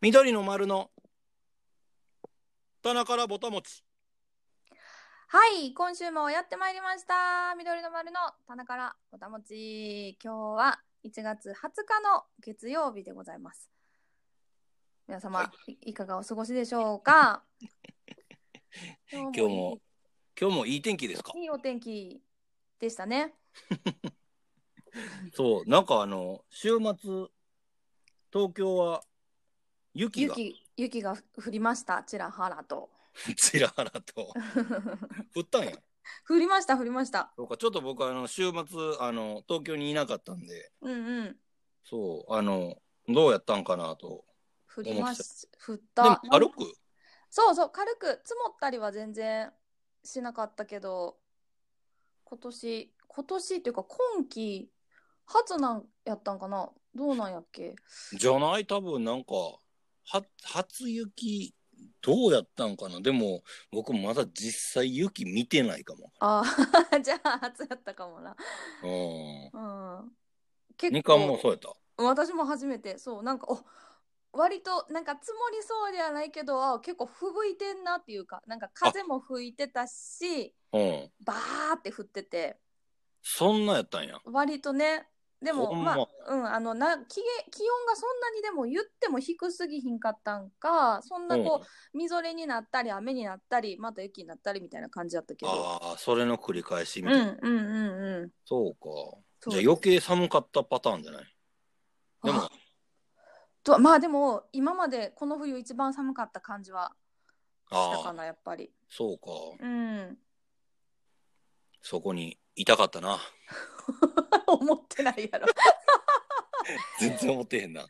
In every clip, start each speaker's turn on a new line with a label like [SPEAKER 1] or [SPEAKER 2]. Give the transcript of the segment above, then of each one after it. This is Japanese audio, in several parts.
[SPEAKER 1] 緑の丸の棚からぼたもち
[SPEAKER 2] はい、今週もやってまいりました。緑の丸の棚からおたもち。今日は1月20日の月曜日でございます。皆様、、
[SPEAKER 1] はい
[SPEAKER 2] いかがお過ごしでしょうか 今
[SPEAKER 1] 今日も今日もいい天気ですか
[SPEAKER 2] いいお天気でしたね。
[SPEAKER 1] そうなんかあの週末東京は雪が
[SPEAKER 2] 雪、雪が降りました。ちらはらと。
[SPEAKER 1] ちらはらと降ったん や
[SPEAKER 2] 降りました、降りました。
[SPEAKER 1] そうかちょっと僕あの週末あの東京にいなかったんで
[SPEAKER 2] うんうん。
[SPEAKER 1] そうあのどうやったんかなと
[SPEAKER 2] 降りまし、降っ
[SPEAKER 1] でも
[SPEAKER 2] た。
[SPEAKER 1] 歩く
[SPEAKER 2] そうそう、軽く積もったりは全然しなかったけど、今年、今年っていうか今季、初なんやったんかなどうなんやっけ
[SPEAKER 1] じゃない多分なんかは初雪どうやったんかなでも僕まだ実際雪見てないかも
[SPEAKER 2] ああ、 じゃあ初やったかもな。
[SPEAKER 1] う
[SPEAKER 2] うん。
[SPEAKER 1] ん
[SPEAKER 2] 結
[SPEAKER 1] 二冠もそうやった
[SPEAKER 2] 私も初めて、そう、なんか、お割となんか積もりそうではないけど、あ結構吹雪いてんなっていうか、なんか風も吹いてたし、
[SPEAKER 1] うん
[SPEAKER 2] バーって降ってて。
[SPEAKER 1] そんなやったんや
[SPEAKER 2] 割とねでも
[SPEAKER 1] ほん
[SPEAKER 2] ま
[SPEAKER 1] ま
[SPEAKER 2] あうんあのな気げ気温がそんなにでも言っても低すぎひんかったんかそんなこうみぞれになったり雨になったりまた雪になったりみたいな感じだったけど
[SPEAKER 1] ああそれの繰り返し
[SPEAKER 2] う
[SPEAKER 1] み
[SPEAKER 2] ん
[SPEAKER 1] たい
[SPEAKER 2] う
[SPEAKER 1] な、
[SPEAKER 2] んうんうん
[SPEAKER 1] そうか
[SPEAKER 2] そう
[SPEAKER 1] じゃあ余計寒かったパターンじゃないでも
[SPEAKER 2] あとまあでも今までこの冬一番寒かった感じはした
[SPEAKER 1] あ
[SPEAKER 2] か
[SPEAKER 1] あ
[SPEAKER 2] なやっぱり
[SPEAKER 1] そうか
[SPEAKER 2] うん
[SPEAKER 1] そこにいたかったな
[SPEAKER 2] 思ってないやろ
[SPEAKER 1] 全然思ってへんな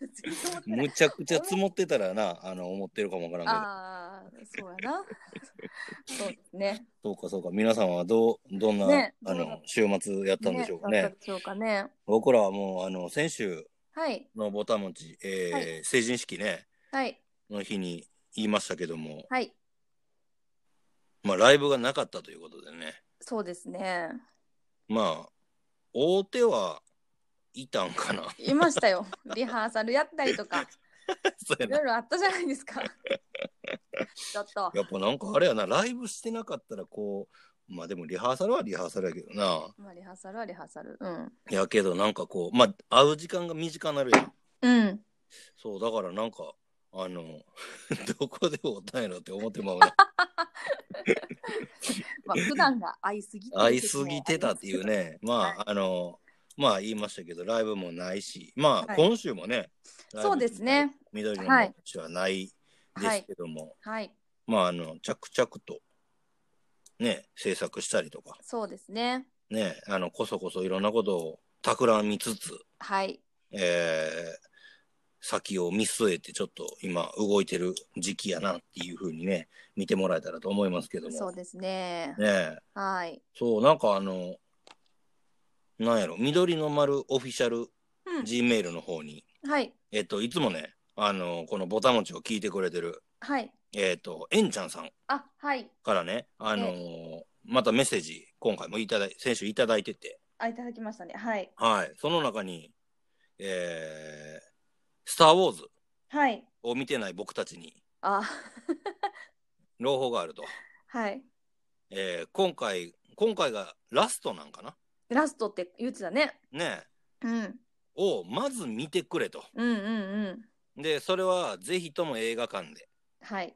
[SPEAKER 1] むちゃくちゃ積もってたらなあの思ってるかもわからんけど
[SPEAKER 2] ああそう やなそうですね
[SPEAKER 1] そうかそうか皆さんはどうどんな、
[SPEAKER 2] ね
[SPEAKER 1] あ
[SPEAKER 2] どうだ
[SPEAKER 1] の週末やったんでしょうかね
[SPEAKER 2] だったでしょうかね
[SPEAKER 1] 僕らはもうあの先週
[SPEAKER 2] はい
[SPEAKER 1] のぼたもち、えー
[SPEAKER 2] は
[SPEAKER 1] 成人式ね
[SPEAKER 2] はい
[SPEAKER 1] の日に言いましたけども、
[SPEAKER 2] はい
[SPEAKER 1] まあ、ライブがなかったということでね
[SPEAKER 2] そうですね
[SPEAKER 1] まあ大手はいたん かな
[SPEAKER 2] いまし たよ。リハーサルやったりとか、
[SPEAKER 1] そうや
[SPEAKER 2] い
[SPEAKER 1] な
[SPEAKER 2] ろいろあったじゃないで すか。ちょっと。
[SPEAKER 1] やっぱなんかあれやなライブしてなかったらこうまあでもリハーサルはリハーサルやけどな
[SPEAKER 2] まあ、リハーサルはリハーサル。うん。
[SPEAKER 1] やけどなんかこうまあ会う時間が短なるやん
[SPEAKER 2] うん。
[SPEAKER 1] そうだからなんかあの どこで会うたんやろって思ってまう な
[SPEAKER 2] まあ、普段が愛すぎて
[SPEAKER 1] 会いすぎてたっていう。ねまあ、
[SPEAKER 2] は
[SPEAKER 1] あのまあ言いましたけどライブもないしまあ
[SPEAKER 2] はい
[SPEAKER 1] 今週もね、ライブ
[SPEAKER 2] そうですね。
[SPEAKER 1] 緑の
[SPEAKER 2] はい
[SPEAKER 1] 話はないで
[SPEAKER 2] は
[SPEAKER 1] す
[SPEAKER 2] い。
[SPEAKER 1] けども、
[SPEAKER 2] はい。
[SPEAKER 1] まああの着々とね制作したりとか
[SPEAKER 2] そうですね。
[SPEAKER 1] ねあのこそこそいろんなことを企みつつ、
[SPEAKER 2] はい。
[SPEAKER 1] えー先を見据えてちょっと今動いてる時期やなっていうふうにね見てもらえたらと思いますけども
[SPEAKER 2] そうですね。
[SPEAKER 1] ね
[SPEAKER 2] はい。
[SPEAKER 1] そうなんかあのなんやろ緑の丸オフィシャル
[SPEAKER 2] うん
[SPEAKER 1] G メールの方に、
[SPEAKER 2] はい。
[SPEAKER 1] えっといつもねあのこのボタモチを聞いてくれてる
[SPEAKER 2] はい。
[SPEAKER 1] えっ、とえんちゃんさん
[SPEAKER 2] あ、はい。
[SPEAKER 1] からね、あのーまたメッセージ、今回もいただい先週いただいてて、
[SPEAKER 2] あ、いただきましたね。はい。
[SPEAKER 1] はい、その中に、えースター・ウォーズ
[SPEAKER 2] はい。
[SPEAKER 1] を見てない僕たちに
[SPEAKER 2] あ、
[SPEAKER 1] 朗報があると、
[SPEAKER 2] はい。
[SPEAKER 1] えー今回、今回がラストなんかな、
[SPEAKER 2] ラストって言ってたね。
[SPEAKER 1] ねえ、
[SPEAKER 2] うん。
[SPEAKER 1] をまず見てくれと、
[SPEAKER 2] うんうんうん。
[SPEAKER 1] でそれはぜひとも映画館で。
[SPEAKER 2] はい。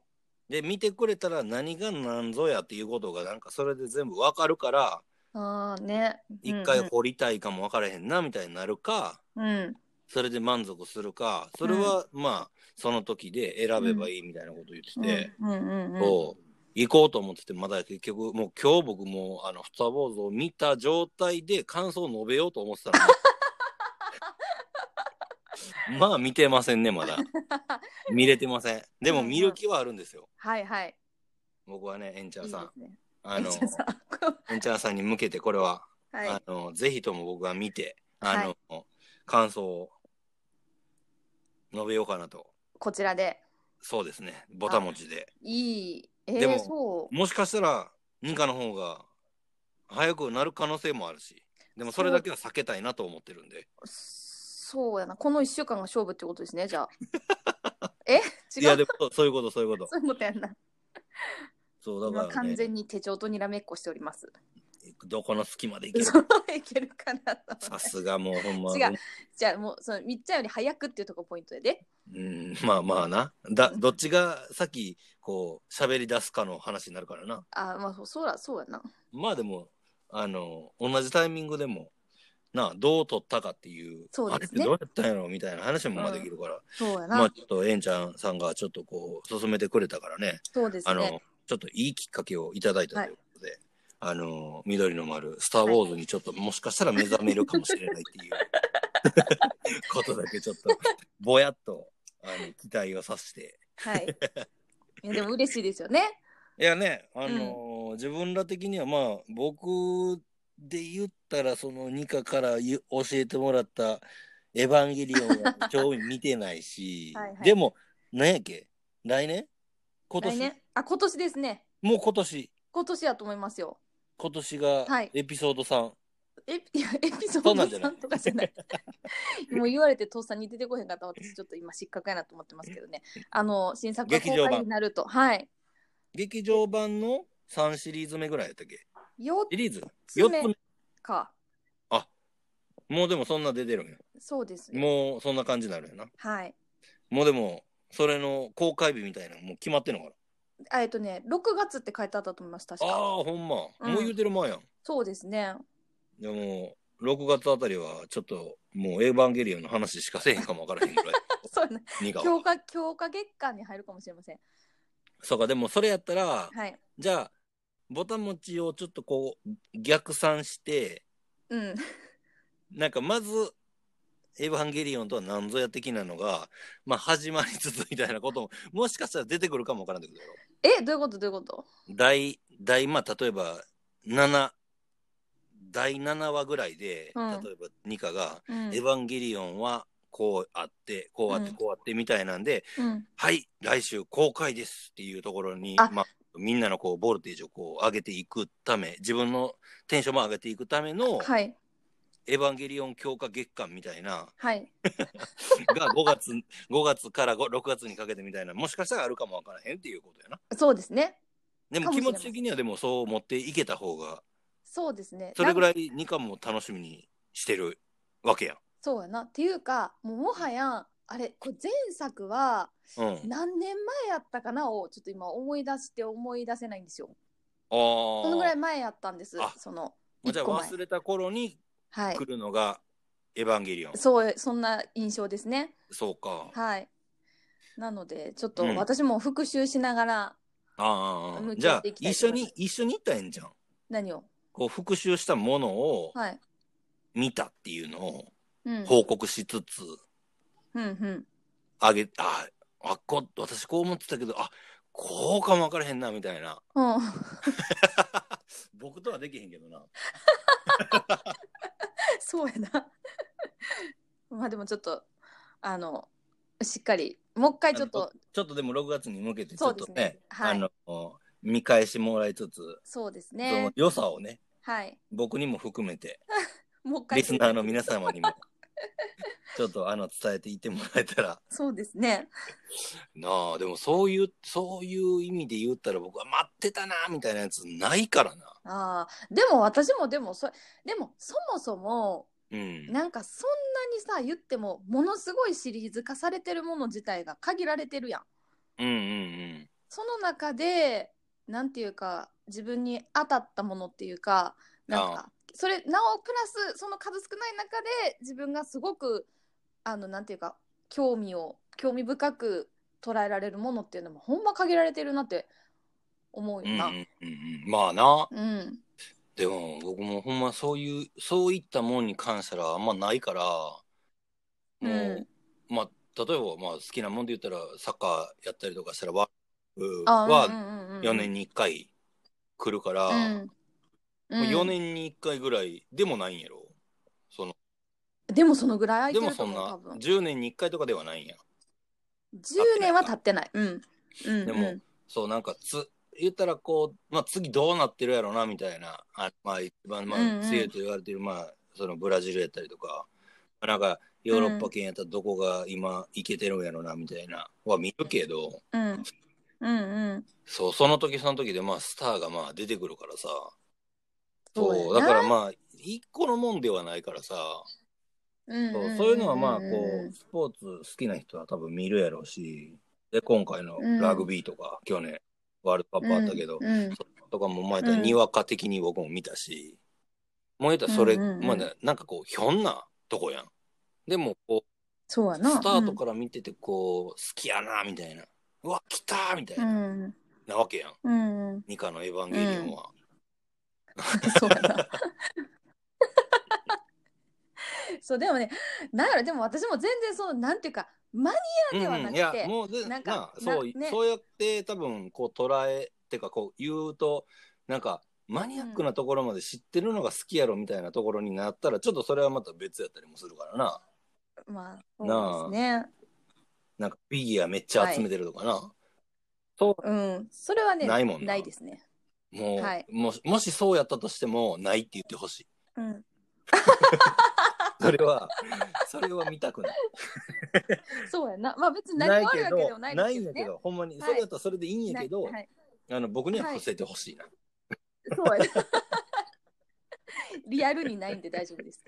[SPEAKER 1] で見てくれたら何が何ぞやっていうことがなんかそれで全部わかるから
[SPEAKER 2] ああ、ね。
[SPEAKER 1] 一回
[SPEAKER 2] うん
[SPEAKER 1] 掘りたいかもわからへんなみたいになるか、
[SPEAKER 2] うん。うん
[SPEAKER 1] それで満足するかそれは、まあその時で選べばいいみたいなこと言ってて、
[SPEAKER 2] うんうんうんうん、
[SPEAKER 1] こう行こうと思っててまだ結局もう今日僕もうあの「スター・ウォーズ」を見た状態で感想を述べようと思ってた のにまあ見てませんねまだ見れてませんでも
[SPEAKER 2] うんうん
[SPEAKER 1] 見る気はあるんですよ
[SPEAKER 2] はいはい。
[SPEAKER 1] 僕はねエンチャーさん
[SPEAKER 2] いいですね
[SPEAKER 1] あ の
[SPEAKER 2] じゃあさ
[SPEAKER 1] エンチャーさんに向けてこれは、
[SPEAKER 2] はい。
[SPEAKER 1] あのぜひとも僕が見てあの、感想を述べようかなと
[SPEAKER 2] こちらで。
[SPEAKER 1] そうですね、ボタン持ちで。
[SPEAKER 2] いい。え
[SPEAKER 1] でも
[SPEAKER 2] ー、そう。
[SPEAKER 1] もしかしたら、認可の方が早くなる可能性もあるし、でもそれだけは避けたいなと思ってるんで、
[SPEAKER 2] そうやな。この一週間が勝負ってことですね、じゃあ。え違う
[SPEAKER 1] いや、でも、そうそういうこと、そういうこと。
[SPEAKER 2] そういうことやんな。
[SPEAKER 1] そう、だ
[SPEAKER 2] 今
[SPEAKER 1] から、
[SPEAKER 2] 完
[SPEAKER 1] ね、
[SPEAKER 2] 全に手帳とにらめっこしております。
[SPEAKER 1] どこの隙間でいける
[SPEAKER 2] そういけるかなと。
[SPEAKER 1] さすがもう、ほんま。
[SPEAKER 2] 違うじゃあもうそのみっちゃんより早くっていうとこポイントやで。
[SPEAKER 1] うん、まあまあな。だ、どっちが先、こう、喋り出すかの話になるからな。
[SPEAKER 2] あまあそうそうだそうやな。
[SPEAKER 1] まあでも、あの、同じタイミングでも、なあ、どう取ったかっていう、
[SPEAKER 2] そうですね
[SPEAKER 1] あれってどうやったんやろみたいな話もまあできるから、
[SPEAKER 2] そうやな。
[SPEAKER 1] まあちょっと、えんちゃんさんがちょっとこう、進めてくれたからね、
[SPEAKER 2] そうです
[SPEAKER 1] あの、
[SPEAKER 2] ね。
[SPEAKER 1] ちょっといいきっかけをいただいたということで、あの、緑の丸、スター・ウォーズにちょっと、もしかしたら目覚めるかもしれないっていう ことだけちょっと、ぼやっと、あの、期待をさせて、
[SPEAKER 2] はい。いやでも嬉しいですよね。
[SPEAKER 1] いやね、あのー自分ら的にはまあ僕で言ったらそのニカからゆ教えてもらった「エヴァンゲリオン」は興味見てないし
[SPEAKER 2] はいはい
[SPEAKER 1] でも何やっけ来年今
[SPEAKER 2] 来
[SPEAKER 1] 年
[SPEAKER 2] 年あ今年ですね。
[SPEAKER 1] もう今年
[SPEAKER 2] 今年やと思いますよ。
[SPEAKER 1] 今年が
[SPEAKER 2] はい
[SPEAKER 1] エピソード3、
[SPEAKER 2] エ ピいやエピソ
[SPEAKER 1] そうな
[SPEAKER 2] ー
[SPEAKER 1] んじ
[SPEAKER 2] ド
[SPEAKER 1] ゃな
[SPEAKER 2] さ
[SPEAKER 1] い
[SPEAKER 2] んとかじゃ ない。もう言われてとっさに出てこへんかった私ちょっと今失格やなと思ってますけど ね。あの新作が公
[SPEAKER 1] 劇場
[SPEAKER 2] 開
[SPEAKER 1] 版
[SPEAKER 2] になるとはい。
[SPEAKER 1] 劇場版の3シリーズ目ぐらいやったっけ
[SPEAKER 2] 四
[SPEAKER 1] シリーズ
[SPEAKER 2] つ
[SPEAKER 1] 4
[SPEAKER 2] 目
[SPEAKER 1] つ目
[SPEAKER 2] か。
[SPEAKER 1] もうでもそんな出てるんや
[SPEAKER 2] そうですね。
[SPEAKER 1] もうそんな感じになるんやな
[SPEAKER 2] はい。
[SPEAKER 1] もうでもそれの公開日みたいなのもう決まってんのかな
[SPEAKER 2] あえっとね6月って書いてあったと思います確
[SPEAKER 1] あ
[SPEAKER 2] か。
[SPEAKER 1] あーほんまも
[SPEAKER 2] うん
[SPEAKER 1] う言うてる前やん
[SPEAKER 2] そうですね。
[SPEAKER 1] でも、6月あたりは、ちょっと、もう、エヴァンゲリオンの話しかせえへんかもわからへんぐらい。
[SPEAKER 2] そうやな
[SPEAKER 1] ニ カ
[SPEAKER 2] 強
[SPEAKER 1] は。
[SPEAKER 2] 化強化月間に入るかもしれません。
[SPEAKER 1] そうか、でも、それやったら、
[SPEAKER 2] はい。
[SPEAKER 1] じゃあ、ボタン持ちをちょっとこう、逆算して、
[SPEAKER 2] うん。
[SPEAKER 1] なんか、まず、エヴァンゲリオンとは何ぞや的なのが、まあ、始まりつつみたいなことも、もしかしたら出てくるかもわからんけどよ。
[SPEAKER 2] えどういうことどういうこと？
[SPEAKER 1] 第、第、まあ、例えば、7、第7話ぐらいで、
[SPEAKER 2] うん
[SPEAKER 1] 例えば、ニカが、
[SPEAKER 2] うん
[SPEAKER 1] エヴァンゲリオンはこうあってこうあっ
[SPEAKER 2] う
[SPEAKER 1] て
[SPEAKER 2] ん
[SPEAKER 1] こうあってみたいなんで、
[SPEAKER 2] うん
[SPEAKER 1] はい来週公開ですっていうところに
[SPEAKER 2] あ
[SPEAKER 1] まあ、みんなのこうボルテージをこう上げていくため自分のテンションも上げていくための「
[SPEAKER 2] はい
[SPEAKER 1] エヴァンゲリオン強化月間」みたいな
[SPEAKER 2] はい。
[SPEAKER 1] が5月5月 から5 6月にかけてみたいなもしかしたらあるかもわからへんっていうことやな。
[SPEAKER 2] そうですね。
[SPEAKER 1] でも
[SPEAKER 2] か
[SPEAKER 1] 気
[SPEAKER 2] もしれま
[SPEAKER 1] 持
[SPEAKER 2] せん
[SPEAKER 1] ち的にはでもそう持っていけた方が
[SPEAKER 2] そうですね。
[SPEAKER 1] それぐ
[SPEAKER 2] い。
[SPEAKER 1] らいニカも楽しみにしてるわけやん。
[SPEAKER 2] そうやな。っていうかもうもはやあれこれ前作は
[SPEAKER 1] うん、あ
[SPEAKER 2] 何年前やったかなをちょっと今思い出して思い出せないんですよ。
[SPEAKER 1] あー
[SPEAKER 2] そのぐらい前やったんです
[SPEAKER 1] あ。
[SPEAKER 2] その
[SPEAKER 1] もうじゃあ
[SPEAKER 2] 一個前
[SPEAKER 1] 忘れた頃に
[SPEAKER 2] はい
[SPEAKER 1] 来。るのが「エヴァンゲリオン」
[SPEAKER 2] そうそんな印象ですね。
[SPEAKER 1] そうか。
[SPEAKER 2] はい。なのでちょっと
[SPEAKER 1] うん
[SPEAKER 2] 私も復習しながら
[SPEAKER 1] あああ
[SPEAKER 2] 向
[SPEAKER 1] あ。
[SPEAKER 2] き
[SPEAKER 1] じ
[SPEAKER 2] 合
[SPEAKER 1] ゃ
[SPEAKER 2] っ
[SPEAKER 1] あ
[SPEAKER 2] ていきたい
[SPEAKER 1] 一緒に一緒に行ったらええんじゃん。
[SPEAKER 2] 何を
[SPEAKER 1] こう復習したものを
[SPEAKER 2] はい。
[SPEAKER 1] 見たっていうのを
[SPEAKER 2] うん。
[SPEAKER 1] 報告しつつ、
[SPEAKER 2] うんうん。
[SPEAKER 1] あげああこ私こう思ってたけどあこうかも分からへんなみたいな
[SPEAKER 2] うん。
[SPEAKER 1] 僕とはできへんけどな
[SPEAKER 2] そうやな。 まあでもちょっとあのしっかりもう一回ちょっと
[SPEAKER 1] ちょっとでも6月に向けてちょっと
[SPEAKER 2] そう
[SPEAKER 1] ね
[SPEAKER 2] ですねはい
[SPEAKER 1] あの見返してもらいつつ、
[SPEAKER 2] そうです
[SPEAKER 1] その
[SPEAKER 2] ね。
[SPEAKER 1] 良さをね
[SPEAKER 2] はい。
[SPEAKER 1] 僕にも含めて
[SPEAKER 2] もう一回
[SPEAKER 1] リスナーの皆様にもちょっとあの伝えていってもらえたら
[SPEAKER 2] そうですね。
[SPEAKER 1] なあでもそういうそういう意味で言ったら僕は待ってたなみたいなやつないからな
[SPEAKER 2] ああでも私もでもそでもそもそも
[SPEAKER 1] うん
[SPEAKER 2] なんかそんなにさ言ってもものすごいシリーズ化されてるもの自体が限られてるやん。
[SPEAKER 1] うんうん
[SPEAKER 2] その中でなんていうか自分に当たったものっていうかなん
[SPEAKER 1] あ
[SPEAKER 2] かそれなおプラスその数少ない中で自分がすごくあのなんていうか興味を興味深く捉えられるものっていうのもほんま限られてるなって思う
[SPEAKER 1] うんう
[SPEAKER 2] よ
[SPEAKER 1] ん
[SPEAKER 2] な。
[SPEAKER 1] うんうんまあな
[SPEAKER 2] うん、
[SPEAKER 1] でも僕もほんまそういうそういったもんに関してはあんまないからもう、
[SPEAKER 2] うん
[SPEAKER 1] まあ例えばまあ好きなもんで言ったらサッカーやったりとかしたらワールドカ
[SPEAKER 2] あ
[SPEAKER 1] ップは4年に1回来るから、もう4年に1回ぐらいでもないんやろその
[SPEAKER 2] でもそのぐらい
[SPEAKER 1] で
[SPEAKER 2] 空いて
[SPEAKER 1] も
[SPEAKER 2] ると
[SPEAKER 1] そん
[SPEAKER 2] 思う多
[SPEAKER 1] な
[SPEAKER 2] 分
[SPEAKER 1] 10年に1回とかではないんや
[SPEAKER 2] 10年は経ってないうんうんうん
[SPEAKER 1] でもそうなんかつ言ったらこう、まあ、次どうなってるやろなみたいなあ、まあ、一番ま
[SPEAKER 2] うんうん
[SPEAKER 1] あ強いと言われてる、まあ、そのブラジルやったりとかなんかヨーロッパ圏やったらどこが今行けてるんやろなみたいなは見るけど、
[SPEAKER 2] うん。うんうん。
[SPEAKER 1] そうその時その時でまあスターがまあ出てくるからさそう
[SPEAKER 2] そうや
[SPEAKER 1] だ
[SPEAKER 2] な
[SPEAKER 1] からまあ一個のもんではないからさ、
[SPEAKER 2] うん
[SPEAKER 1] そ
[SPEAKER 2] ん
[SPEAKER 1] うんそういうのはまあこ
[SPEAKER 2] ん
[SPEAKER 1] うスポーツ好きな人は多分見るやろうしで今回のラグビーとか、去年ワールドカップあったけど、
[SPEAKER 2] うんうん
[SPEAKER 1] とかもまあ言ったらにわか的に僕も見たし、もう言ったらそれ、
[SPEAKER 2] うんうんうん
[SPEAKER 1] まあねなんかこうひょんなとこやんでもこ
[SPEAKER 2] そうや
[SPEAKER 1] う
[SPEAKER 2] な。
[SPEAKER 1] スタートから見ててこう、好きやなみたいなうわ来たみたいな,、
[SPEAKER 2] うん。
[SPEAKER 1] なわけやん
[SPEAKER 2] うん。うん。
[SPEAKER 1] ニカの「エヴァンゲリオンは」
[SPEAKER 2] そうやな。 そうでもね、なんやろでも私も全然そのなんていうかマニ
[SPEAKER 1] う
[SPEAKER 2] アではな
[SPEAKER 1] ん、
[SPEAKER 2] く
[SPEAKER 1] い
[SPEAKER 2] て、
[SPEAKER 1] やもうで
[SPEAKER 2] な
[SPEAKER 1] なん
[SPEAKER 2] か
[SPEAKER 1] そう、
[SPEAKER 2] なね
[SPEAKER 1] そうやって多分こう捉えてかこう言うとなんかマニアックなところまで知ってるのが好きやろみたいなところになったら、ちょっとそれはまた別やったりもするからな
[SPEAKER 2] まあそうですね。
[SPEAKER 1] なんかフィギュアめっちゃ集めてるとかな、そ
[SPEAKER 2] うん、それはね
[SPEAKER 1] ないもんな
[SPEAKER 2] ないですね。
[SPEAKER 1] うもう、
[SPEAKER 2] はい
[SPEAKER 1] もしもしそうやったとしてもないって言ってほし い
[SPEAKER 2] うん、
[SPEAKER 1] それはそれは見たくない
[SPEAKER 2] そうや な。まあ別に何
[SPEAKER 1] ない
[SPEAKER 2] がある
[SPEAKER 1] け
[SPEAKER 2] わけで
[SPEAKER 1] ど
[SPEAKER 2] もな
[SPEAKER 1] ないい
[SPEAKER 2] です
[SPEAKER 1] ん
[SPEAKER 2] よ
[SPEAKER 1] や
[SPEAKER 2] ね
[SPEAKER 1] け。どほんまに
[SPEAKER 2] はい
[SPEAKER 1] それやったらそれでいいんや
[SPEAKER 2] ない
[SPEAKER 1] けど、
[SPEAKER 2] はい、
[SPEAKER 1] あの僕には伏せてほしいな、
[SPEAKER 2] そ うやな。リアルにないんで大丈夫です。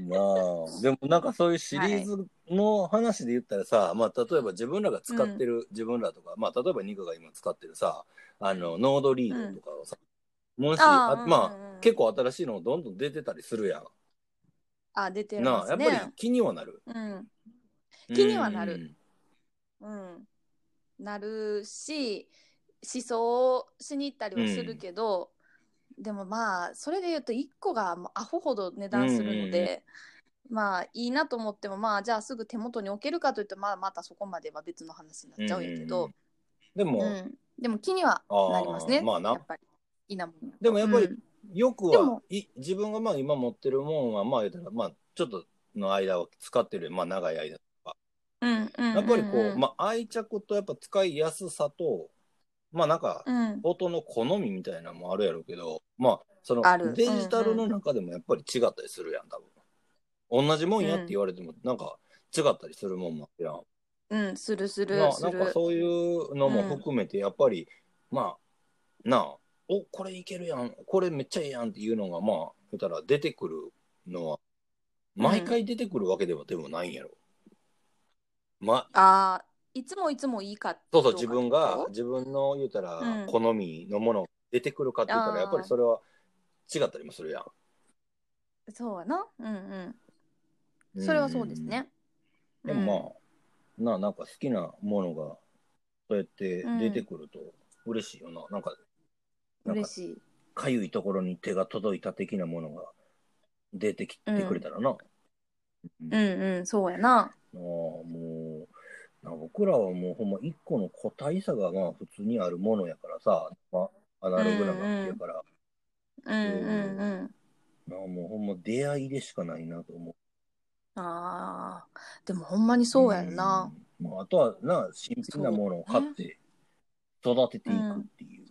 [SPEAKER 1] まあでもなんかそういうシリーズの話で言ったらさ、まあ例えば自分らが使ってる、自分らとかまあ例えばニカが今使ってるさあのノードリードとかをさ、もしあ
[SPEAKER 2] ー
[SPEAKER 1] まあ、
[SPEAKER 2] うんうんうん
[SPEAKER 1] 結構新しいのどんどん出てたりするやん、
[SPEAKER 2] あ出て
[SPEAKER 1] な
[SPEAKER 2] ま
[SPEAKER 1] あ
[SPEAKER 2] す
[SPEAKER 1] やっ
[SPEAKER 2] ね。
[SPEAKER 1] ぱり気にはなる
[SPEAKER 2] うん気にはなる
[SPEAKER 1] うん
[SPEAKER 2] うん、なるし思想をしに行ったりはするけど、でもまあそれで言うと1個がもうアホほど値段するので、まあいいなと思ってもまあじゃあすぐ手元に置けるかというとまあまたそこまでは別の話になっちゃうんやけど、
[SPEAKER 1] で
[SPEAKER 2] う
[SPEAKER 1] も、
[SPEAKER 2] んでも気にはなりますね
[SPEAKER 1] あーまあな
[SPEAKER 2] やっぱりいいなもん
[SPEAKER 1] でもやっぱり
[SPEAKER 2] うん
[SPEAKER 1] よく
[SPEAKER 2] で
[SPEAKER 1] は
[SPEAKER 2] も
[SPEAKER 1] い自分がまあ今持ってるもんはまあ言ったらまあちょっとの間を使ってるよりまあ長い間
[SPEAKER 2] うんうん
[SPEAKER 1] やっぱりこう、
[SPEAKER 2] うん
[SPEAKER 1] まあ、愛着とやっぱ使いやすさと、まあなんか、
[SPEAKER 2] うん
[SPEAKER 1] 音の好みみたいなのもあるやろうけど、まあ、その
[SPEAKER 2] ある
[SPEAKER 1] デジタルの中でもやっぱり違ったりするやん、多分。同じもんやって言われても、なんか違ったりするもんもあるやん。
[SPEAKER 2] うんするする
[SPEAKER 1] なあ
[SPEAKER 2] す
[SPEAKER 1] なん
[SPEAKER 2] る
[SPEAKER 1] かそういうのも含めて、やっぱり、まあ、なあ、お、これいけるやん、これめっちゃええやんっていうのが、まあ、言ったら出てくるのは、毎回出てくるわけではでもないんやろ。ま
[SPEAKER 2] あーいつもいつもいいか
[SPEAKER 1] そうそ
[SPEAKER 2] ど
[SPEAKER 1] う
[SPEAKER 2] か
[SPEAKER 1] 自分
[SPEAKER 2] って
[SPEAKER 1] が
[SPEAKER 2] こ
[SPEAKER 1] 自分の言うたら
[SPEAKER 2] うん
[SPEAKER 1] 好みのもの出てくるかって言った
[SPEAKER 2] あ
[SPEAKER 1] ら
[SPEAKER 2] ー
[SPEAKER 1] やっぱりそれは違ったりもするや
[SPEAKER 2] とそうやなうんうん
[SPEAKER 1] ん。
[SPEAKER 2] それはそうですね。
[SPEAKER 1] うん。でもまあ、ななんか好きなものがそうやって出てくると嬉しいよな。なんか
[SPEAKER 2] うん
[SPEAKER 1] なん
[SPEAKER 2] 嬉
[SPEAKER 1] か
[SPEAKER 2] しい。
[SPEAKER 1] かゆいところに手が届いた的なものが出てきてくれたらな。うん
[SPEAKER 2] う
[SPEAKER 1] あ
[SPEAKER 2] んうん、そうやな。
[SPEAKER 1] ーもうな僕らはもうほんま一個の個体差がまあ普通にあるものやからさ、まあ、アナログな楽器やから。
[SPEAKER 2] うんうん
[SPEAKER 1] なあもうほんま出会いでしかないなと思う。
[SPEAKER 2] うん。ああ、でもほんまにそうやんな。
[SPEAKER 1] うん。まあ、あとはな、新品なものを買って育てていくってい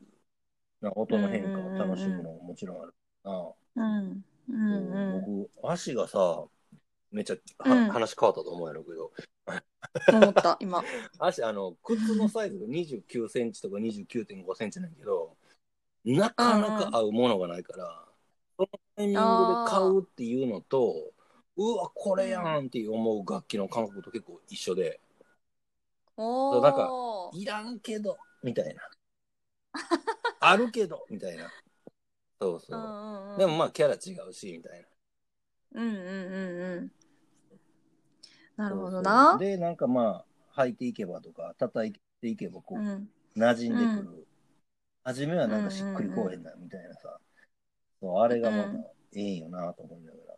[SPEAKER 1] う、な音の変化を楽しむのももちろんあるな。
[SPEAKER 2] うん。うんうん。
[SPEAKER 1] 僕、足がさ、めっちゃは、
[SPEAKER 2] うん
[SPEAKER 1] 話変わったと思うんやろうけど、
[SPEAKER 2] 思った、 今。
[SPEAKER 1] 足、あの、靴のサイズが29センチとか29.5センチなんやけど、なかなか合うものがないから、そのタイミングで買うっていうのと、うわ、これやんって思う楽器の感覚と結構一緒で、
[SPEAKER 2] お
[SPEAKER 1] なんか
[SPEAKER 2] お。
[SPEAKER 1] いらんけど、みたい な。あるけど、みたいな。そう
[SPEAKER 2] う
[SPEAKER 1] そ
[SPEAKER 2] ん
[SPEAKER 1] う。
[SPEAKER 2] うんうん
[SPEAKER 1] でもまあ、キャラ違うし、みたいな。
[SPEAKER 2] うんうんうんうん。な
[SPEAKER 1] な
[SPEAKER 2] るほどな。
[SPEAKER 1] で、なんかまあ、履いていけばとか、叩いていけば、こ
[SPEAKER 2] う
[SPEAKER 1] う、
[SPEAKER 2] ん。
[SPEAKER 1] 馴染んでくる。初めはなんかしっくりこうへんな、みたいなさ。そう、あれがまた
[SPEAKER 2] うん、
[SPEAKER 1] ええんよな、と思いながら。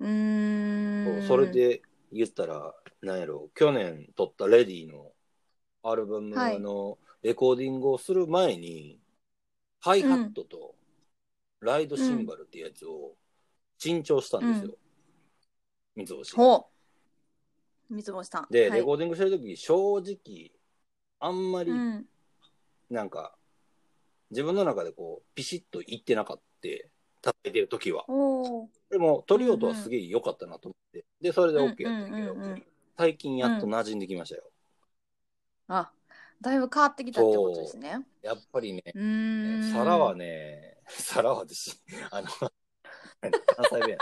[SPEAKER 2] うーん。
[SPEAKER 1] そうそれ。で言ったら、なんやろう、去年撮ったレディのアルバムのレコーディングをする前に、ハイハットとライドシンバルっていうやつを新調したんですよ。三つ星。
[SPEAKER 2] ほう。三つ星さん。
[SPEAKER 1] で、
[SPEAKER 2] はい
[SPEAKER 1] レコーディングしてる時正直、あんまり
[SPEAKER 2] うん。
[SPEAKER 1] なんか、自分の中でこう、ピシッといってなかって、叩いてる時は。
[SPEAKER 2] おお。
[SPEAKER 1] でも、トリオとはすげえ良かったなと思って。で、それで OK やったんや
[SPEAKER 2] うんうんうんう
[SPEAKER 1] けど、
[SPEAKER 2] ん
[SPEAKER 1] 最近やっと馴染んできましたよ。
[SPEAKER 2] あ、だいぶ変わってきたってことですね。
[SPEAKER 1] やっぱりね、
[SPEAKER 2] うーん。
[SPEAKER 1] 皿はね、皿はです。 あの、関 西弁や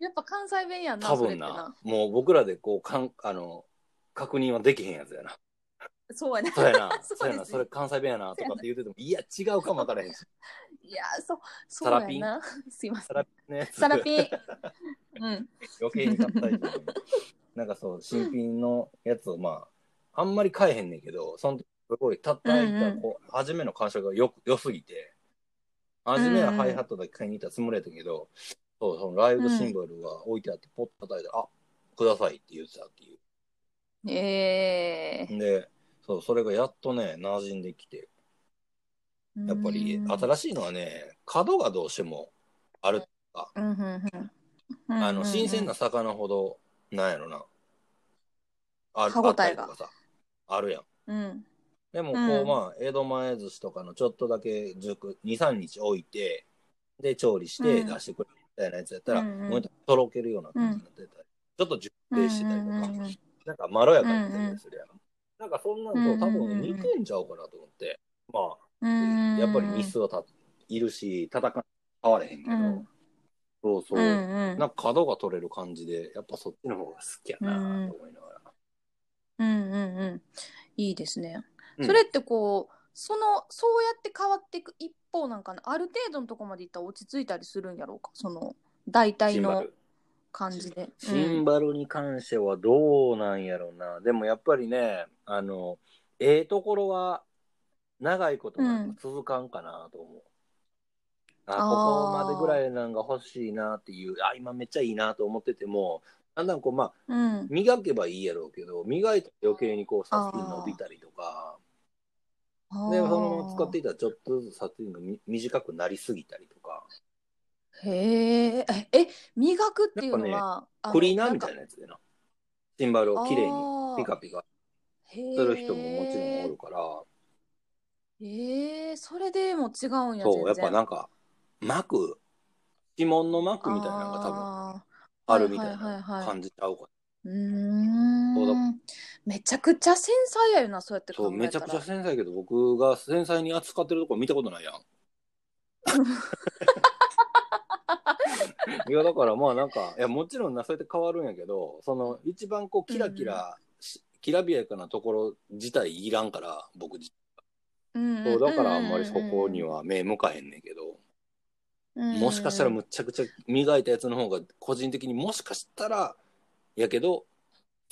[SPEAKER 2] やっぱ関西弁やんな。
[SPEAKER 1] 多分
[SPEAKER 2] それって
[SPEAKER 1] な
[SPEAKER 2] な。、
[SPEAKER 1] もう僕らでこう、かん、あの、確認はできへんやつやな。
[SPEAKER 2] そうやね。
[SPEAKER 1] そうやな、
[SPEAKER 2] そうですね
[SPEAKER 1] そうやな、それ関西弁やなとかって言ってても、いや、違うかもわからへんし。
[SPEAKER 2] いや、そう、そうやな。 すいませ
[SPEAKER 1] サ
[SPEAKER 2] ん
[SPEAKER 1] ラ。ピンね。
[SPEAKER 2] サラ ピン。うん。
[SPEAKER 1] 余計に買ったりとかね なんかそう新品のやつをまああんまり買えへんねんけどその時すごいたったいた
[SPEAKER 2] うんうん
[SPEAKER 1] こう初めの感触がよく良すぎて初めはハイハットだけ買いに行ったつもりやったけど、そうそのライブシンボルが置いてあってポッと叩いて「あください」って言ってたってい
[SPEAKER 2] ええ
[SPEAKER 1] うでそうそれがやっとね馴染んできてやっぱり新しいのはね角がどうしてもある、
[SPEAKER 2] うんうんうんうん
[SPEAKER 1] あの新鮮な魚ほどなんやろなあるあったりとかさあるやん
[SPEAKER 2] うん
[SPEAKER 1] でもこう、
[SPEAKER 2] うん
[SPEAKER 1] まあ江戸前寿司とかのちょっとだけ熟23日置いてで調理して
[SPEAKER 2] うん
[SPEAKER 1] 出してくれるみたいなやつやったら、
[SPEAKER 2] うんうん
[SPEAKER 1] もうとろけるような感じになってたり、ちょっと熟成してたりとか、
[SPEAKER 2] うんうんうんうん
[SPEAKER 1] なんかまろやかになったりするやん、なんかそんなのと多
[SPEAKER 2] うんうんう
[SPEAKER 1] 分
[SPEAKER 2] ん
[SPEAKER 1] 似てんちゃうかなと思って、
[SPEAKER 2] うん
[SPEAKER 1] まあやっぱりミスはたいるし戦わ変われへんけど、
[SPEAKER 2] うん
[SPEAKER 1] そうそう、
[SPEAKER 2] うんうん
[SPEAKER 1] なんか角が取れる感じでやっぱそっちの方が好きやなと思いながら、
[SPEAKER 2] うんうんうんいいですね、
[SPEAKER 1] うん
[SPEAKER 2] それってこうそのそうやって変わっていく一方なんかなある程度のとこまでいったら落ち着いたりするんやろうかその大体
[SPEAKER 1] シンバ
[SPEAKER 2] の
[SPEAKER 1] ル
[SPEAKER 2] 感じで
[SPEAKER 1] シンバルに関してはどうなんやろうな。でもやっぱりね、あの、ええところは長いことが続かんかなと思う。あ、
[SPEAKER 2] あー
[SPEAKER 1] ここまでぐらいなんか欲しいなっていう、あ、今めっちゃいいなと思ってても、だんだんこう、まあ、
[SPEAKER 2] うん、うん
[SPEAKER 1] 磨けばいいやろうけど、磨いて余計にこう、サスティン伸びたりとか、
[SPEAKER 2] あー
[SPEAKER 1] で、そのまま使っていたらちょっとずつサスティンがみ短くなりすぎたりとか、
[SPEAKER 2] へーええ磨くっていうの
[SPEAKER 1] なん
[SPEAKER 2] は、あの
[SPEAKER 1] クリーナーみたい
[SPEAKER 2] んか
[SPEAKER 1] なやつでな。シンバルをきれいに
[SPEAKER 2] あー
[SPEAKER 1] ピカピカ
[SPEAKER 2] へ
[SPEAKER 1] する人ももちろんお
[SPEAKER 2] ー
[SPEAKER 1] るから、
[SPEAKER 2] えー、それでも違うんや
[SPEAKER 1] そう、やっ
[SPEAKER 2] 全然
[SPEAKER 1] ぱなんか、膜、指紋の膜みたいなのが多分
[SPEAKER 2] あー
[SPEAKER 1] あるみたい
[SPEAKER 2] はいはい
[SPEAKER 1] な
[SPEAKER 2] はいはい
[SPEAKER 1] 感じちゃうかな。
[SPEAKER 2] うーん
[SPEAKER 1] そうだ
[SPEAKER 2] めちゃくちゃ繊細やよなそうやって
[SPEAKER 1] そ
[SPEAKER 2] 考
[SPEAKER 1] う、
[SPEAKER 2] え
[SPEAKER 1] めち
[SPEAKER 2] た
[SPEAKER 1] ゃ
[SPEAKER 2] ら
[SPEAKER 1] くちゃ繊細やけど、僕が繊細に扱ってるとこ見たことない やん。いや、だからまあなんか、いや、もちろんな、そうやって変わるんやけど、その、一番こう、キラキラし、きらびやかなところ自体いらんから、僕自
[SPEAKER 2] そ
[SPEAKER 1] そう、だからあんまりそこには目向かへんねんけど。もしかしたらむっちゃくちゃ磨いたやつの方が個人的にもしかしたらやけど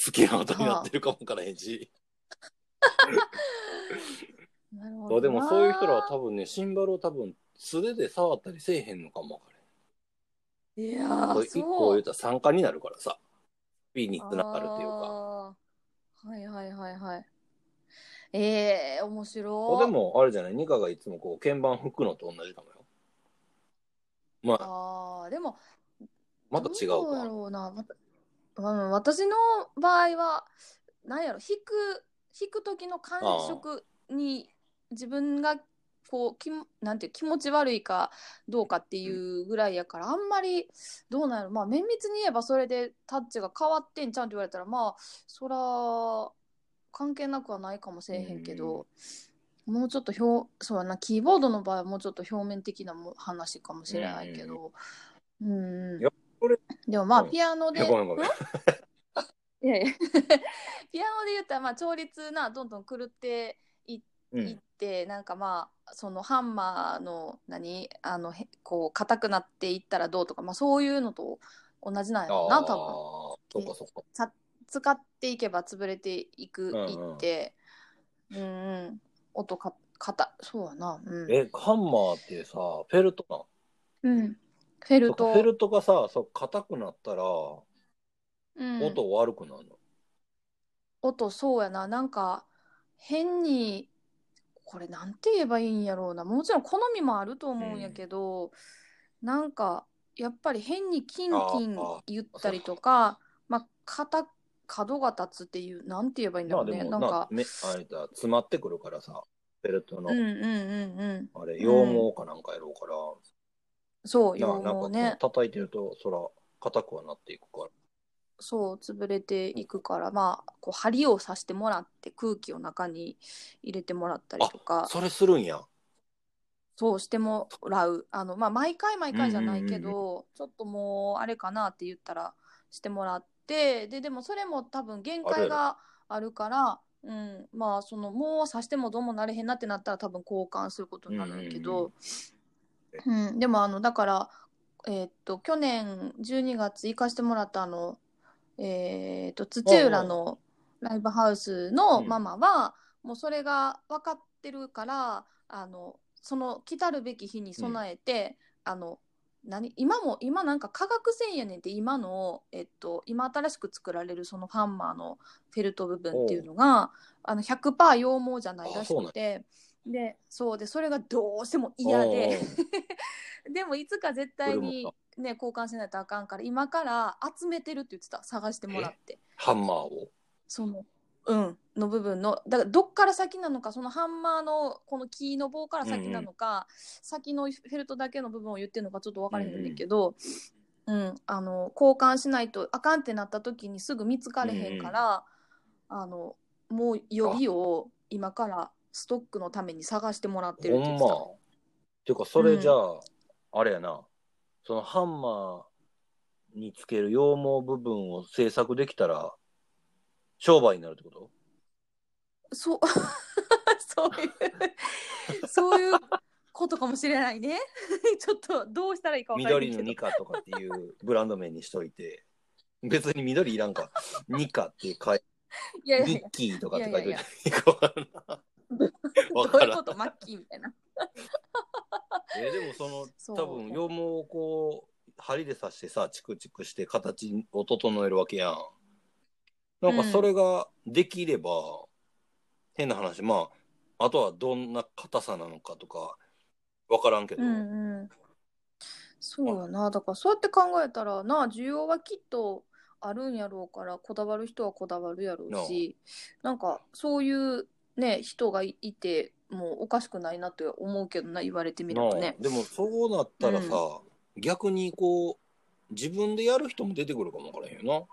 [SPEAKER 1] 好きな音になってるかもわからへん し、
[SPEAKER 2] なるほど
[SPEAKER 1] そうでもそういう人らは
[SPEAKER 2] な
[SPEAKER 1] 多分ねシンバルを多分素手で触ったりせえへんのかもわからへん
[SPEAKER 2] いやー
[SPEAKER 1] これ一個
[SPEAKER 2] そう
[SPEAKER 1] 言うたら酸化になるからさスピにつながるっていうか
[SPEAKER 2] あーはいはいはいはいえー、面白
[SPEAKER 1] そうでもあれじゃないニカがいつもこう鍵盤吹くのと同じかもよまあ
[SPEAKER 2] あーでも
[SPEAKER 1] また違う
[SPEAKER 2] どうや
[SPEAKER 1] か
[SPEAKER 2] ろうな、またうん、私の場合はなんやろ弾く弾く時の感触に自分がこうきもなんていう気持ち悪いかどうかっていうぐらいやからあんまりどうなんやろまあ綿密に言えばそれでタッチが変わってんちゃうんって言われたらまあそら関係なくはないかもしれへんけど、もうちょっと表そうやなキーボードの場合はもうちょっと表面的なも話かもしれないけど、うんうん
[SPEAKER 1] いやこれ
[SPEAKER 2] でもまあ
[SPEAKER 1] うん
[SPEAKER 2] ピアノで、
[SPEAKER 1] いやごめんごめん
[SPEAKER 2] いやいや ピアノで言ったらまあ調律などんどん狂って
[SPEAKER 1] う
[SPEAKER 2] いっ
[SPEAKER 1] ん
[SPEAKER 2] て、なんかまあそのハンマーの何あのへこう硬くなっていったらどうとか、まあ、そういうのと同じなん
[SPEAKER 1] あ
[SPEAKER 2] やろ
[SPEAKER 1] あ
[SPEAKER 2] うな多分
[SPEAKER 1] そっかそっか
[SPEAKER 2] 使っていけば潰れていく
[SPEAKER 1] うん
[SPEAKER 2] い
[SPEAKER 1] うん
[SPEAKER 2] ってうん、うん、音か硬そうやなうん、
[SPEAKER 1] えハンマーってさフェルトなん
[SPEAKER 2] うん、フェ
[SPEAKER 1] そ
[SPEAKER 2] ル
[SPEAKER 1] っか
[SPEAKER 2] ト
[SPEAKER 1] フェルトがさそう硬くなったら
[SPEAKER 2] うん、
[SPEAKER 1] 音悪くなるの、
[SPEAKER 2] 音そうやななんか変にこれなんて言えばいいんやろうなもちろん好みもあると思うんやけど、なんかやっぱり変にキンキン
[SPEAKER 1] あーあー
[SPEAKER 2] 言ったりとかまあ肩角が立つっていうなんて言えばいいんだ
[SPEAKER 1] ま
[SPEAKER 2] ろ
[SPEAKER 1] あ
[SPEAKER 2] う
[SPEAKER 1] で
[SPEAKER 2] ね、
[SPEAKER 1] も
[SPEAKER 2] なんか
[SPEAKER 1] めあれだ詰まってくるからさベルトの、
[SPEAKER 2] うんうんうんうん。
[SPEAKER 1] あれ、羊毛かなんかやろうから、
[SPEAKER 2] そう、
[SPEAKER 1] なな
[SPEAKER 2] 羊毛
[SPEAKER 1] んか、
[SPEAKER 2] ね。
[SPEAKER 1] 叩いてると、そら、硬くはなっていくから。
[SPEAKER 2] そう、潰れていくから、まあ、こう、針を刺してもらって、空気を中に入れてもらったりとか、
[SPEAKER 1] それするんや。
[SPEAKER 2] そうしてもらう。あの、まあ、毎回毎回じゃないけど、
[SPEAKER 1] うん
[SPEAKER 2] ちょっともう、あれかなって言ったら、してもらって、で、でもそれも多分限界があるから、うん、まあ、その、もう刺してもどうもなれへんなってなったら、多分交換することになるんやけど、うん、でもあのだから、えーっと去年12月行かしてもらったあの、えーっと土浦のライブハウスの
[SPEAKER 1] うん
[SPEAKER 2] ママは、もうそれが分かってるからあのその来たるべき日に備えて、あの何今も今なんか化学繊維やねんって今の、えっと、今新しく作られるそのファンマーのフェルト部分っていうのがあの100%羊毛じゃないらしくてでそうでそれがどうしても嫌で。 でもいつか絶対にね交換しないとあかんから今から集めてるって言ってた探してもらって
[SPEAKER 1] ハンマーを。
[SPEAKER 2] そのうんの部分のだからどっから先なのかそのハンマーのこの木の棒から先なのか、先のフェルトだけの部分を言ってるのかちょっと分からへんねんけど、うんあの交換しないとあかんってなった時にすぐ見つかれへんから、あのもう予備を今からストックのために探してもらってるって
[SPEAKER 1] ほ
[SPEAKER 2] 言
[SPEAKER 1] ん
[SPEAKER 2] って
[SPEAKER 1] ま
[SPEAKER 2] た。。
[SPEAKER 1] ていうか、それじゃあ、あれやな、そのハンマーにつける羊毛部分を制作できたら、商売になるってこと
[SPEAKER 2] そう、 そういう、そういうことかもしれないね。 ちょっとどうしたらいいかわからない
[SPEAKER 1] 緑
[SPEAKER 2] け
[SPEAKER 1] の
[SPEAKER 2] ど
[SPEAKER 1] ニ。カとかっていうブランド名にしとい て、別に緑いらんか。ニカって書いて、
[SPEAKER 2] いやいやい
[SPEAKER 1] ニ
[SPEAKER 2] や
[SPEAKER 1] ッ、キーとかって書い
[SPEAKER 2] い
[SPEAKER 1] て
[SPEAKER 2] やいや
[SPEAKER 1] わ
[SPEAKER 2] ど
[SPEAKER 1] からん
[SPEAKER 2] ういう
[SPEAKER 1] な
[SPEAKER 2] ことマッキーみたいな。
[SPEAKER 1] えでもその
[SPEAKER 2] そう
[SPEAKER 1] 多分羊毛をこう針で刺してさチクチクして形を整えるわけやんなんか
[SPEAKER 2] うん
[SPEAKER 1] それができれば、変な話まああとはどんな硬さなのかとか分からんけど、
[SPEAKER 2] うんうん。そうやな。だからそうやって考えたらな、需要はきっとあるんやろうから、こだわる人はこだわるやろうし、なんかそういうね、人がいいて、もうおかしくないなって思うけどな、言われてみれば
[SPEAKER 1] なあ
[SPEAKER 2] ね。
[SPEAKER 1] でもそうなったらさ、逆にこう自分でやる人も出てくるかも分からへんよ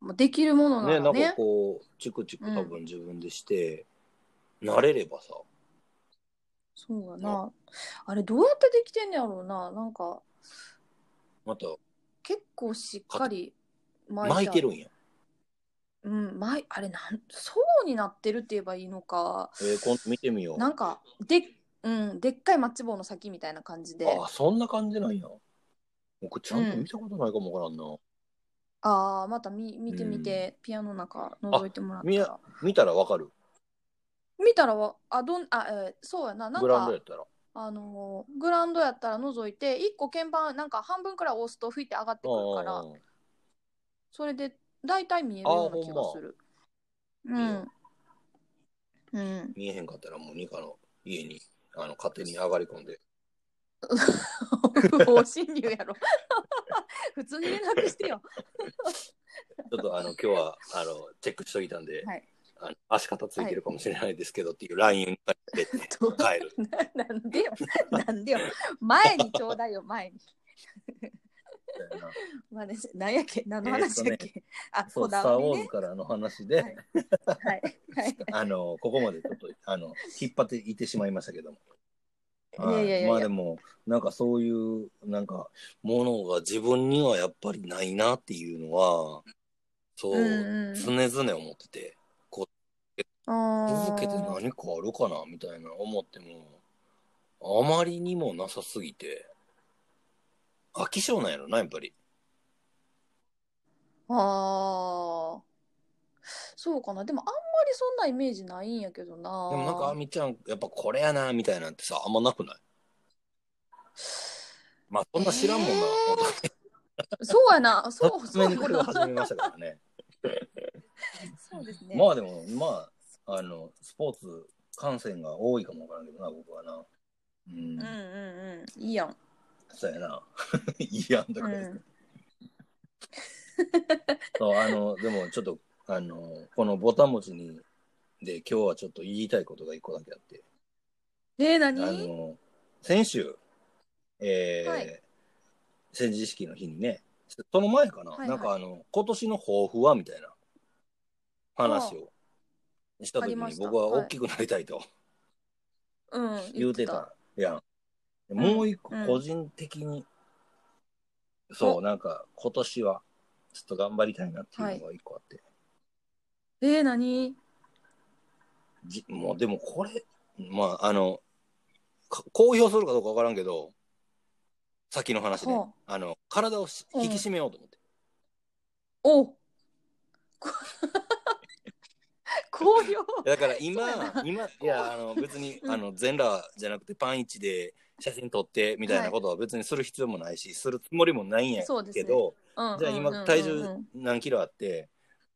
[SPEAKER 2] まあできるもの
[SPEAKER 1] な、
[SPEAKER 2] な
[SPEAKER 1] ねな
[SPEAKER 2] ら
[SPEAKER 1] んか
[SPEAKER 2] ね。
[SPEAKER 1] こうチクチク多分自分でして、慣れればさ
[SPEAKER 2] そうやな。あれどうやってできてんねやろうな。なんか
[SPEAKER 1] また
[SPEAKER 2] 結構しっかり巻
[SPEAKER 1] 巻いてる
[SPEAKER 2] あ
[SPEAKER 1] んや、
[SPEAKER 2] る。うん、巻いあれなん層になってるって言えばいいのか。
[SPEAKER 1] えー、今度見てみよう
[SPEAKER 2] なんかでうんでっかいマッチ棒の先みたいな感じで。
[SPEAKER 1] ああそんな感じなんや。僕ちゃんと見たことないかもわからんな。
[SPEAKER 2] ああまた見見てみて、ピアノの中覗いてもらった
[SPEAKER 1] み
[SPEAKER 2] ら
[SPEAKER 1] や。見たらわかる。
[SPEAKER 2] 見たらわあどんあ、えーそうやななん
[SPEAKER 1] ブランドや
[SPEAKER 2] か
[SPEAKER 1] ったら。
[SPEAKER 2] あのーグラウンドやったら覗いて一個鍵盤なんか半分くらい押すと吹いて上がってくるから。
[SPEAKER 1] あ
[SPEAKER 2] それで大体見えるような気
[SPEAKER 1] あ
[SPEAKER 2] が
[SPEAKER 1] ほんます
[SPEAKER 2] る。
[SPEAKER 1] いうい
[SPEAKER 2] ん
[SPEAKER 1] よ。
[SPEAKER 2] うん。
[SPEAKER 1] 見えへんかったらもうニカの家にあの勝手に上がり込んで。
[SPEAKER 2] 不 法侵入やろ。普通に連絡してよ。
[SPEAKER 1] ちょっとあの今日はあのチェックしといたんで、
[SPEAKER 2] はい
[SPEAKER 1] あの足肩ついてるかもしれないですけどっていうラインに帰って
[SPEAKER 2] どう
[SPEAKER 1] 帰る。
[SPEAKER 2] ななんでよ。なんでよ。前にちょうだいよ、前に。
[SPEAKER 1] みたいな
[SPEAKER 2] まあね、 何やっけ何の話やっけ、 あ、
[SPEAKER 1] そ
[SPEAKER 2] こ
[SPEAKER 1] う、スタ
[SPEAKER 2] だ
[SPEAKER 1] ー・
[SPEAKER 2] わ
[SPEAKER 1] ウ
[SPEAKER 2] り
[SPEAKER 1] ォー
[SPEAKER 2] ね
[SPEAKER 1] ズ。からの話で、
[SPEAKER 2] はいはい。はい
[SPEAKER 1] あのここまでちょっとあの引っ張っていってしまいましたけども。
[SPEAKER 2] いやいやいやいや
[SPEAKER 1] まあでもなんかそういうなんかものが自分にはやっぱりないなっていうのは そう、
[SPEAKER 2] うんうん
[SPEAKER 1] 常々思ってて続
[SPEAKER 2] 続
[SPEAKER 1] けて何かあるかなみたいな思ってもあまりにもなさすぎて飽き性なんやろなやっぱり
[SPEAKER 2] ああ。そうかな。でもあんまりそんなイメージないんやけどな。
[SPEAKER 1] でもなんかあみちゃんやっぱこれやなみたいなんてさあんまなく ないまあそんな知らんもんな、
[SPEAKER 2] えーそうやな。そう、
[SPEAKER 1] 初め
[SPEAKER 2] そ
[SPEAKER 1] に
[SPEAKER 2] うや
[SPEAKER 1] これを
[SPEAKER 2] な。
[SPEAKER 1] 始めましたからね
[SPEAKER 2] そうですね。
[SPEAKER 1] まあでも、まあ、あの、スポーツ観戦が多いかもわからんけどな、僕はな。うん。
[SPEAKER 2] うんうんうん。いいやん。
[SPEAKER 1] そうやな。 いやんと
[SPEAKER 2] う
[SPEAKER 1] か、
[SPEAKER 2] ん。
[SPEAKER 1] そう、あの、でもちょっと、あの、このボタン持ちにで、今日はちょっと言いたいことが一個だけあって、
[SPEAKER 2] えー、
[SPEAKER 1] あ
[SPEAKER 2] 何
[SPEAKER 1] の、先週、えー
[SPEAKER 2] はい
[SPEAKER 1] 戦時式の日にね、その前かな、
[SPEAKER 2] はいはい
[SPEAKER 1] なんかあの、今年の抱負はみたいな話をした
[SPEAKER 2] あ
[SPEAKER 1] 時
[SPEAKER 2] りま
[SPEAKER 1] に、
[SPEAKER 2] した
[SPEAKER 1] 僕は
[SPEAKER 2] はい
[SPEAKER 1] 大きくなりたいと
[SPEAKER 2] うん。
[SPEAKER 1] 言うてたやん。もう一個
[SPEAKER 2] うん
[SPEAKER 1] 個人的に、そう、
[SPEAKER 2] お
[SPEAKER 1] なんか今年はちょっと頑張りたいなっていうのが一個あって、
[SPEAKER 2] えー、何
[SPEAKER 1] じもうでもこれ、まああの、か公表するかどうかわからんけど、先の話で、
[SPEAKER 2] ほう
[SPEAKER 1] あの、体をし
[SPEAKER 2] うん
[SPEAKER 1] 引き締めようと思って。
[SPEAKER 2] お こ 紅葉
[SPEAKER 1] だから今
[SPEAKER 2] そうや、
[SPEAKER 1] 今、いや、あの、別に、
[SPEAKER 2] うん
[SPEAKER 1] あの、全裸じゃなくてパンイチで写真撮ってみたいなことは別にする必要もないし、するつもりもないんや
[SPEAKER 2] そうです
[SPEAKER 1] け
[SPEAKER 2] ね
[SPEAKER 1] ど、
[SPEAKER 2] うん
[SPEAKER 1] じゃあ
[SPEAKER 2] うんうんうんう
[SPEAKER 1] 今
[SPEAKER 2] ん
[SPEAKER 1] 体重何キロあって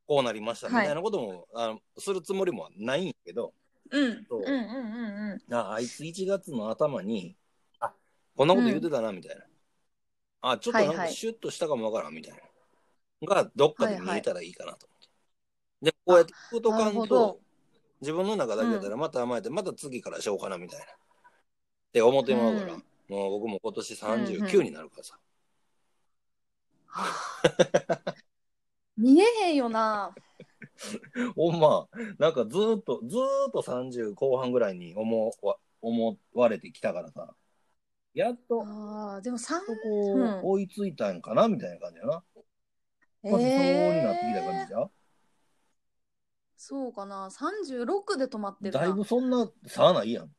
[SPEAKER 1] こうなりましたみ
[SPEAKER 2] はい
[SPEAKER 1] たいなことも、あのするつもりもないんやけど
[SPEAKER 2] うん
[SPEAKER 1] そう
[SPEAKER 2] うんうんうんうん
[SPEAKER 1] ああいつ1月の頭にあこんなこと言ってたなみたいな、あちょっとなん
[SPEAKER 2] はい
[SPEAKER 1] か
[SPEAKER 2] はい
[SPEAKER 1] シュッとしたかもわからんみたいな、がどっかで見えたらいいかなと思って、でこうやって聞くと
[SPEAKER 2] な
[SPEAKER 1] か
[SPEAKER 2] るほ
[SPEAKER 1] ん
[SPEAKER 2] ど
[SPEAKER 1] と自分の中だけだったらまた甘えて、また次からしようかなみたいなって思ってまうから、
[SPEAKER 2] うん
[SPEAKER 1] もう僕も今年
[SPEAKER 2] うんう
[SPEAKER 1] 39
[SPEAKER 2] ん
[SPEAKER 1] になるからさ、
[SPEAKER 2] 見えへんよな
[SPEAKER 1] ほんま、なんかずーっと、ずーっと30後半ぐらいに思わ思われてきたからさ、やっと、
[SPEAKER 2] あーでも3
[SPEAKER 1] そこ
[SPEAKER 2] うん
[SPEAKER 1] を追いついたんかな、みたいな感じやな。
[SPEAKER 2] え
[SPEAKER 1] まあ理想になってきた感じ
[SPEAKER 2] ー、
[SPEAKER 1] じゃん、
[SPEAKER 2] そうかな36で止まってるな
[SPEAKER 1] だいぶそんな差ないやん。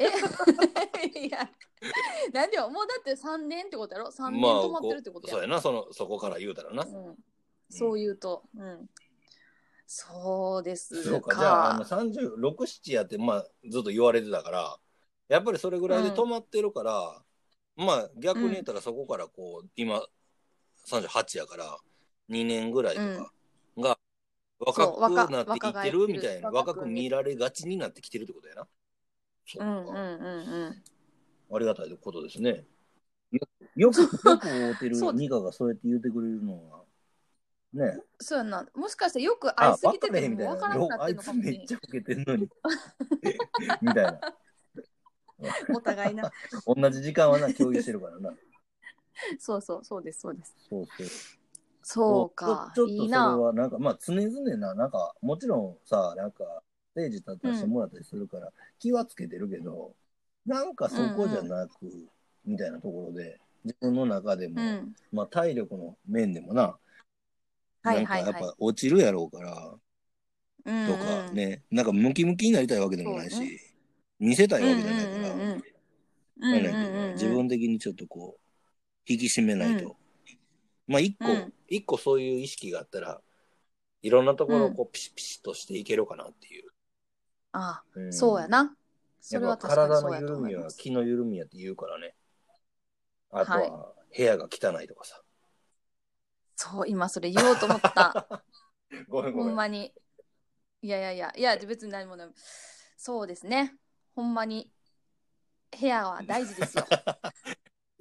[SPEAKER 2] え いや何でももうだって3年ってことやろ3年止まってるってことや
[SPEAKER 1] そうやな、その、そこから言うたらな。
[SPEAKER 2] うん、そう言うと、うん、そうです
[SPEAKER 1] そうか、じゃあ、あの36、7やって、まあ、ずっと言われてたから、やっぱりそれぐらいで止まってるから、まあ、逆に言ったらそこからこう、今、38やから、2年ぐらいとかが、若
[SPEAKER 2] そう若
[SPEAKER 1] くなっていって
[SPEAKER 2] 若
[SPEAKER 1] る
[SPEAKER 2] 返ってる
[SPEAKER 1] みたいな、
[SPEAKER 2] 若
[SPEAKER 1] 若
[SPEAKER 2] く
[SPEAKER 1] く見られがちになってきてるってことやな。そうか
[SPEAKER 2] んうんうん
[SPEAKER 1] ありがたいことですね。よよ く、よく会うてる
[SPEAKER 2] そう
[SPEAKER 1] ニカがそうやって言ってくれるのは、ね。
[SPEAKER 2] そうやなもしかしたらよく会い
[SPEAKER 1] あ、
[SPEAKER 2] すぎ
[SPEAKER 1] 分
[SPEAKER 2] て
[SPEAKER 1] かれへ
[SPEAKER 2] て
[SPEAKER 1] んみたい
[SPEAKER 2] も
[SPEAKER 1] な。
[SPEAKER 2] 分からなくなっ
[SPEAKER 1] あ
[SPEAKER 2] て
[SPEAKER 1] い
[SPEAKER 2] るの
[SPEAKER 1] つ
[SPEAKER 2] かもし
[SPEAKER 1] め
[SPEAKER 2] れん
[SPEAKER 1] っちゃ受けてんの に。みたいな。
[SPEAKER 2] お 互いな
[SPEAKER 1] 同じ時間はな、共有してるからな。
[SPEAKER 2] そうそうそうですそうです
[SPEAKER 1] そうそう。
[SPEAKER 2] そうか
[SPEAKER 1] ちょちょっと
[SPEAKER 2] いい
[SPEAKER 1] それ
[SPEAKER 2] な
[SPEAKER 1] は、なんか、まあ、常々な、なんか、もちろんさ、なんか、ステージ立たせてもらったりするから、気はつけてるけど、なんかそこじゃなく、みたいなところで、自分の中で
[SPEAKER 2] う
[SPEAKER 1] も、
[SPEAKER 2] ん
[SPEAKER 1] まあ、体力の面でもな、
[SPEAKER 2] はいはい
[SPEAKER 1] なん
[SPEAKER 2] は
[SPEAKER 1] か
[SPEAKER 2] い
[SPEAKER 1] やっぱ落ちるやろうから、
[SPEAKER 2] うん
[SPEAKER 1] とかね、なんかムキムキになりたいわけでもないし、
[SPEAKER 2] そう
[SPEAKER 1] 見せた
[SPEAKER 2] う
[SPEAKER 1] い
[SPEAKER 2] んう
[SPEAKER 1] わけ
[SPEAKER 2] んう
[SPEAKER 1] じゃないから、
[SPEAKER 2] んう
[SPEAKER 1] なん
[SPEAKER 2] んうん
[SPEAKER 1] だけど
[SPEAKER 2] うんうん
[SPEAKER 1] 自分的にちょっとこう、引き締めないと。
[SPEAKER 2] う
[SPEAKER 1] まあ、一個、
[SPEAKER 2] うん
[SPEAKER 1] 一個そういう意識があったら、いろんなところをこうピシピシとしていけるかなっていう。
[SPEAKER 2] あ
[SPEAKER 1] うん
[SPEAKER 2] そうや。なそ
[SPEAKER 1] や
[SPEAKER 2] れは
[SPEAKER 1] っぱ
[SPEAKER 2] 確かに
[SPEAKER 1] 体
[SPEAKER 2] そう
[SPEAKER 1] の
[SPEAKER 2] やと
[SPEAKER 1] 緩
[SPEAKER 2] 思
[SPEAKER 1] み
[SPEAKER 2] い
[SPEAKER 1] は
[SPEAKER 2] ます
[SPEAKER 1] 気の緩みやって言うからね。あと
[SPEAKER 2] はい
[SPEAKER 1] は、部屋が汚いとかさ。
[SPEAKER 2] そう今それ言おうと思った
[SPEAKER 1] ごめんご
[SPEAKER 2] ほ
[SPEAKER 1] め
[SPEAKER 2] ん
[SPEAKER 1] ん。
[SPEAKER 2] まにいやいやいやいや別に何もないそうですねほんまに部屋は大 事ですよ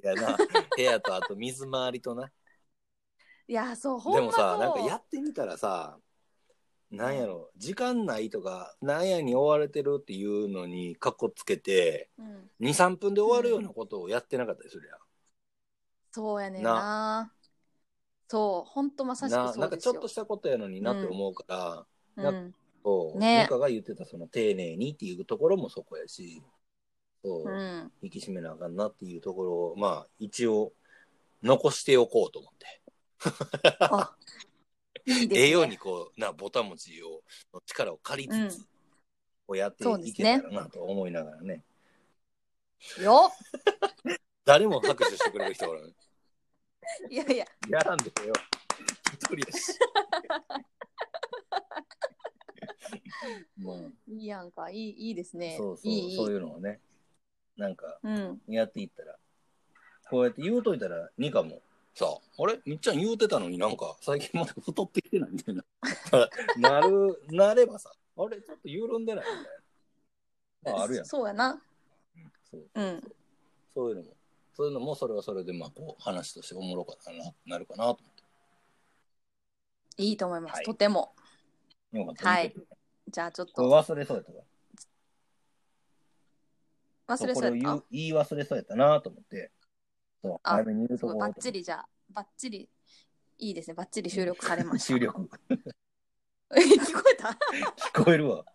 [SPEAKER 1] いやな、部屋とあと水回りとな。
[SPEAKER 2] いやそうほ
[SPEAKER 1] で
[SPEAKER 2] ん
[SPEAKER 1] も
[SPEAKER 2] まそう
[SPEAKER 1] さ、なんかやってみたらさ、なんやろ、時間ないとか、なんやに追われてるっていうのに、かっこつけて、
[SPEAKER 2] うん、
[SPEAKER 1] 2、3分で終わるようなことをやってなかったりするやん。
[SPEAKER 2] そうやねんなそうほんとまさしく
[SPEAKER 1] な
[SPEAKER 2] そ
[SPEAKER 1] なん
[SPEAKER 2] う
[SPEAKER 1] か
[SPEAKER 2] です
[SPEAKER 1] ちょ
[SPEAKER 2] よ
[SPEAKER 1] っとしたことやのになって思うから、
[SPEAKER 2] う
[SPEAKER 1] なんそう、
[SPEAKER 2] ね
[SPEAKER 1] ミカが言ってたその丁寧にっていうところもそこやし、そう、
[SPEAKER 2] うん、
[SPEAKER 1] 引き締めなあかんなっていうところを、まあ、一応、残しておこうと思って。
[SPEAKER 2] あいいですね
[SPEAKER 1] 栄養にこう、な、ボタン持ちを、の力を借りつつ、
[SPEAKER 2] うん
[SPEAKER 1] こうやって
[SPEAKER 2] そうで
[SPEAKER 1] い
[SPEAKER 2] す
[SPEAKER 1] け
[SPEAKER 2] ね
[SPEAKER 1] たらなと思いながらね。
[SPEAKER 2] よ
[SPEAKER 1] 誰も拍手してくれる人おらん。
[SPEAKER 2] いやいや
[SPEAKER 1] やらんでもよ。一人やし。まあ、
[SPEAKER 2] いいやんかいいいいですね
[SPEAKER 1] そうそう、
[SPEAKER 2] いいいい
[SPEAKER 1] そういうのをね、なんか
[SPEAKER 2] うん
[SPEAKER 1] やっていったら、こうやって言うといたら、ニカも、さあ、あれみっちゃん言うてたのになんか、最近まだ太ってきてないみたいな。 なる、なればさ、あれちょっと緩んでないみたいな。まあ、あるやん。
[SPEAKER 2] そうやな
[SPEAKER 1] そう
[SPEAKER 2] うん
[SPEAKER 1] そういうのも。そういうのも、それはそれで、まあ、こう、話としておもろかな、なるかなと思っ
[SPEAKER 2] いいと思います、
[SPEAKER 1] はい
[SPEAKER 2] とても
[SPEAKER 1] て。よかった。
[SPEAKER 2] はいじゃあちょっ
[SPEAKER 1] これ
[SPEAKER 2] と
[SPEAKER 1] 忘れそうやったわ
[SPEAKER 2] 忘れ
[SPEAKER 1] こ
[SPEAKER 2] そう
[SPEAKER 1] れ
[SPEAKER 2] や
[SPEAKER 1] を言
[SPEAKER 2] った
[SPEAKER 1] う。言い忘れそうやったなと思って。そう、
[SPEAKER 2] あ
[SPEAKER 1] 早めに言う
[SPEAKER 2] す
[SPEAKER 1] と
[SPEAKER 2] ご
[SPEAKER 1] こ
[SPEAKER 2] いバッチ
[SPEAKER 1] リ
[SPEAKER 2] リじゃあバッチリいいですねバッチリ収録さ れました。
[SPEAKER 1] 収録。
[SPEAKER 2] え聞こえた？
[SPEAKER 1] 聞こえるわ。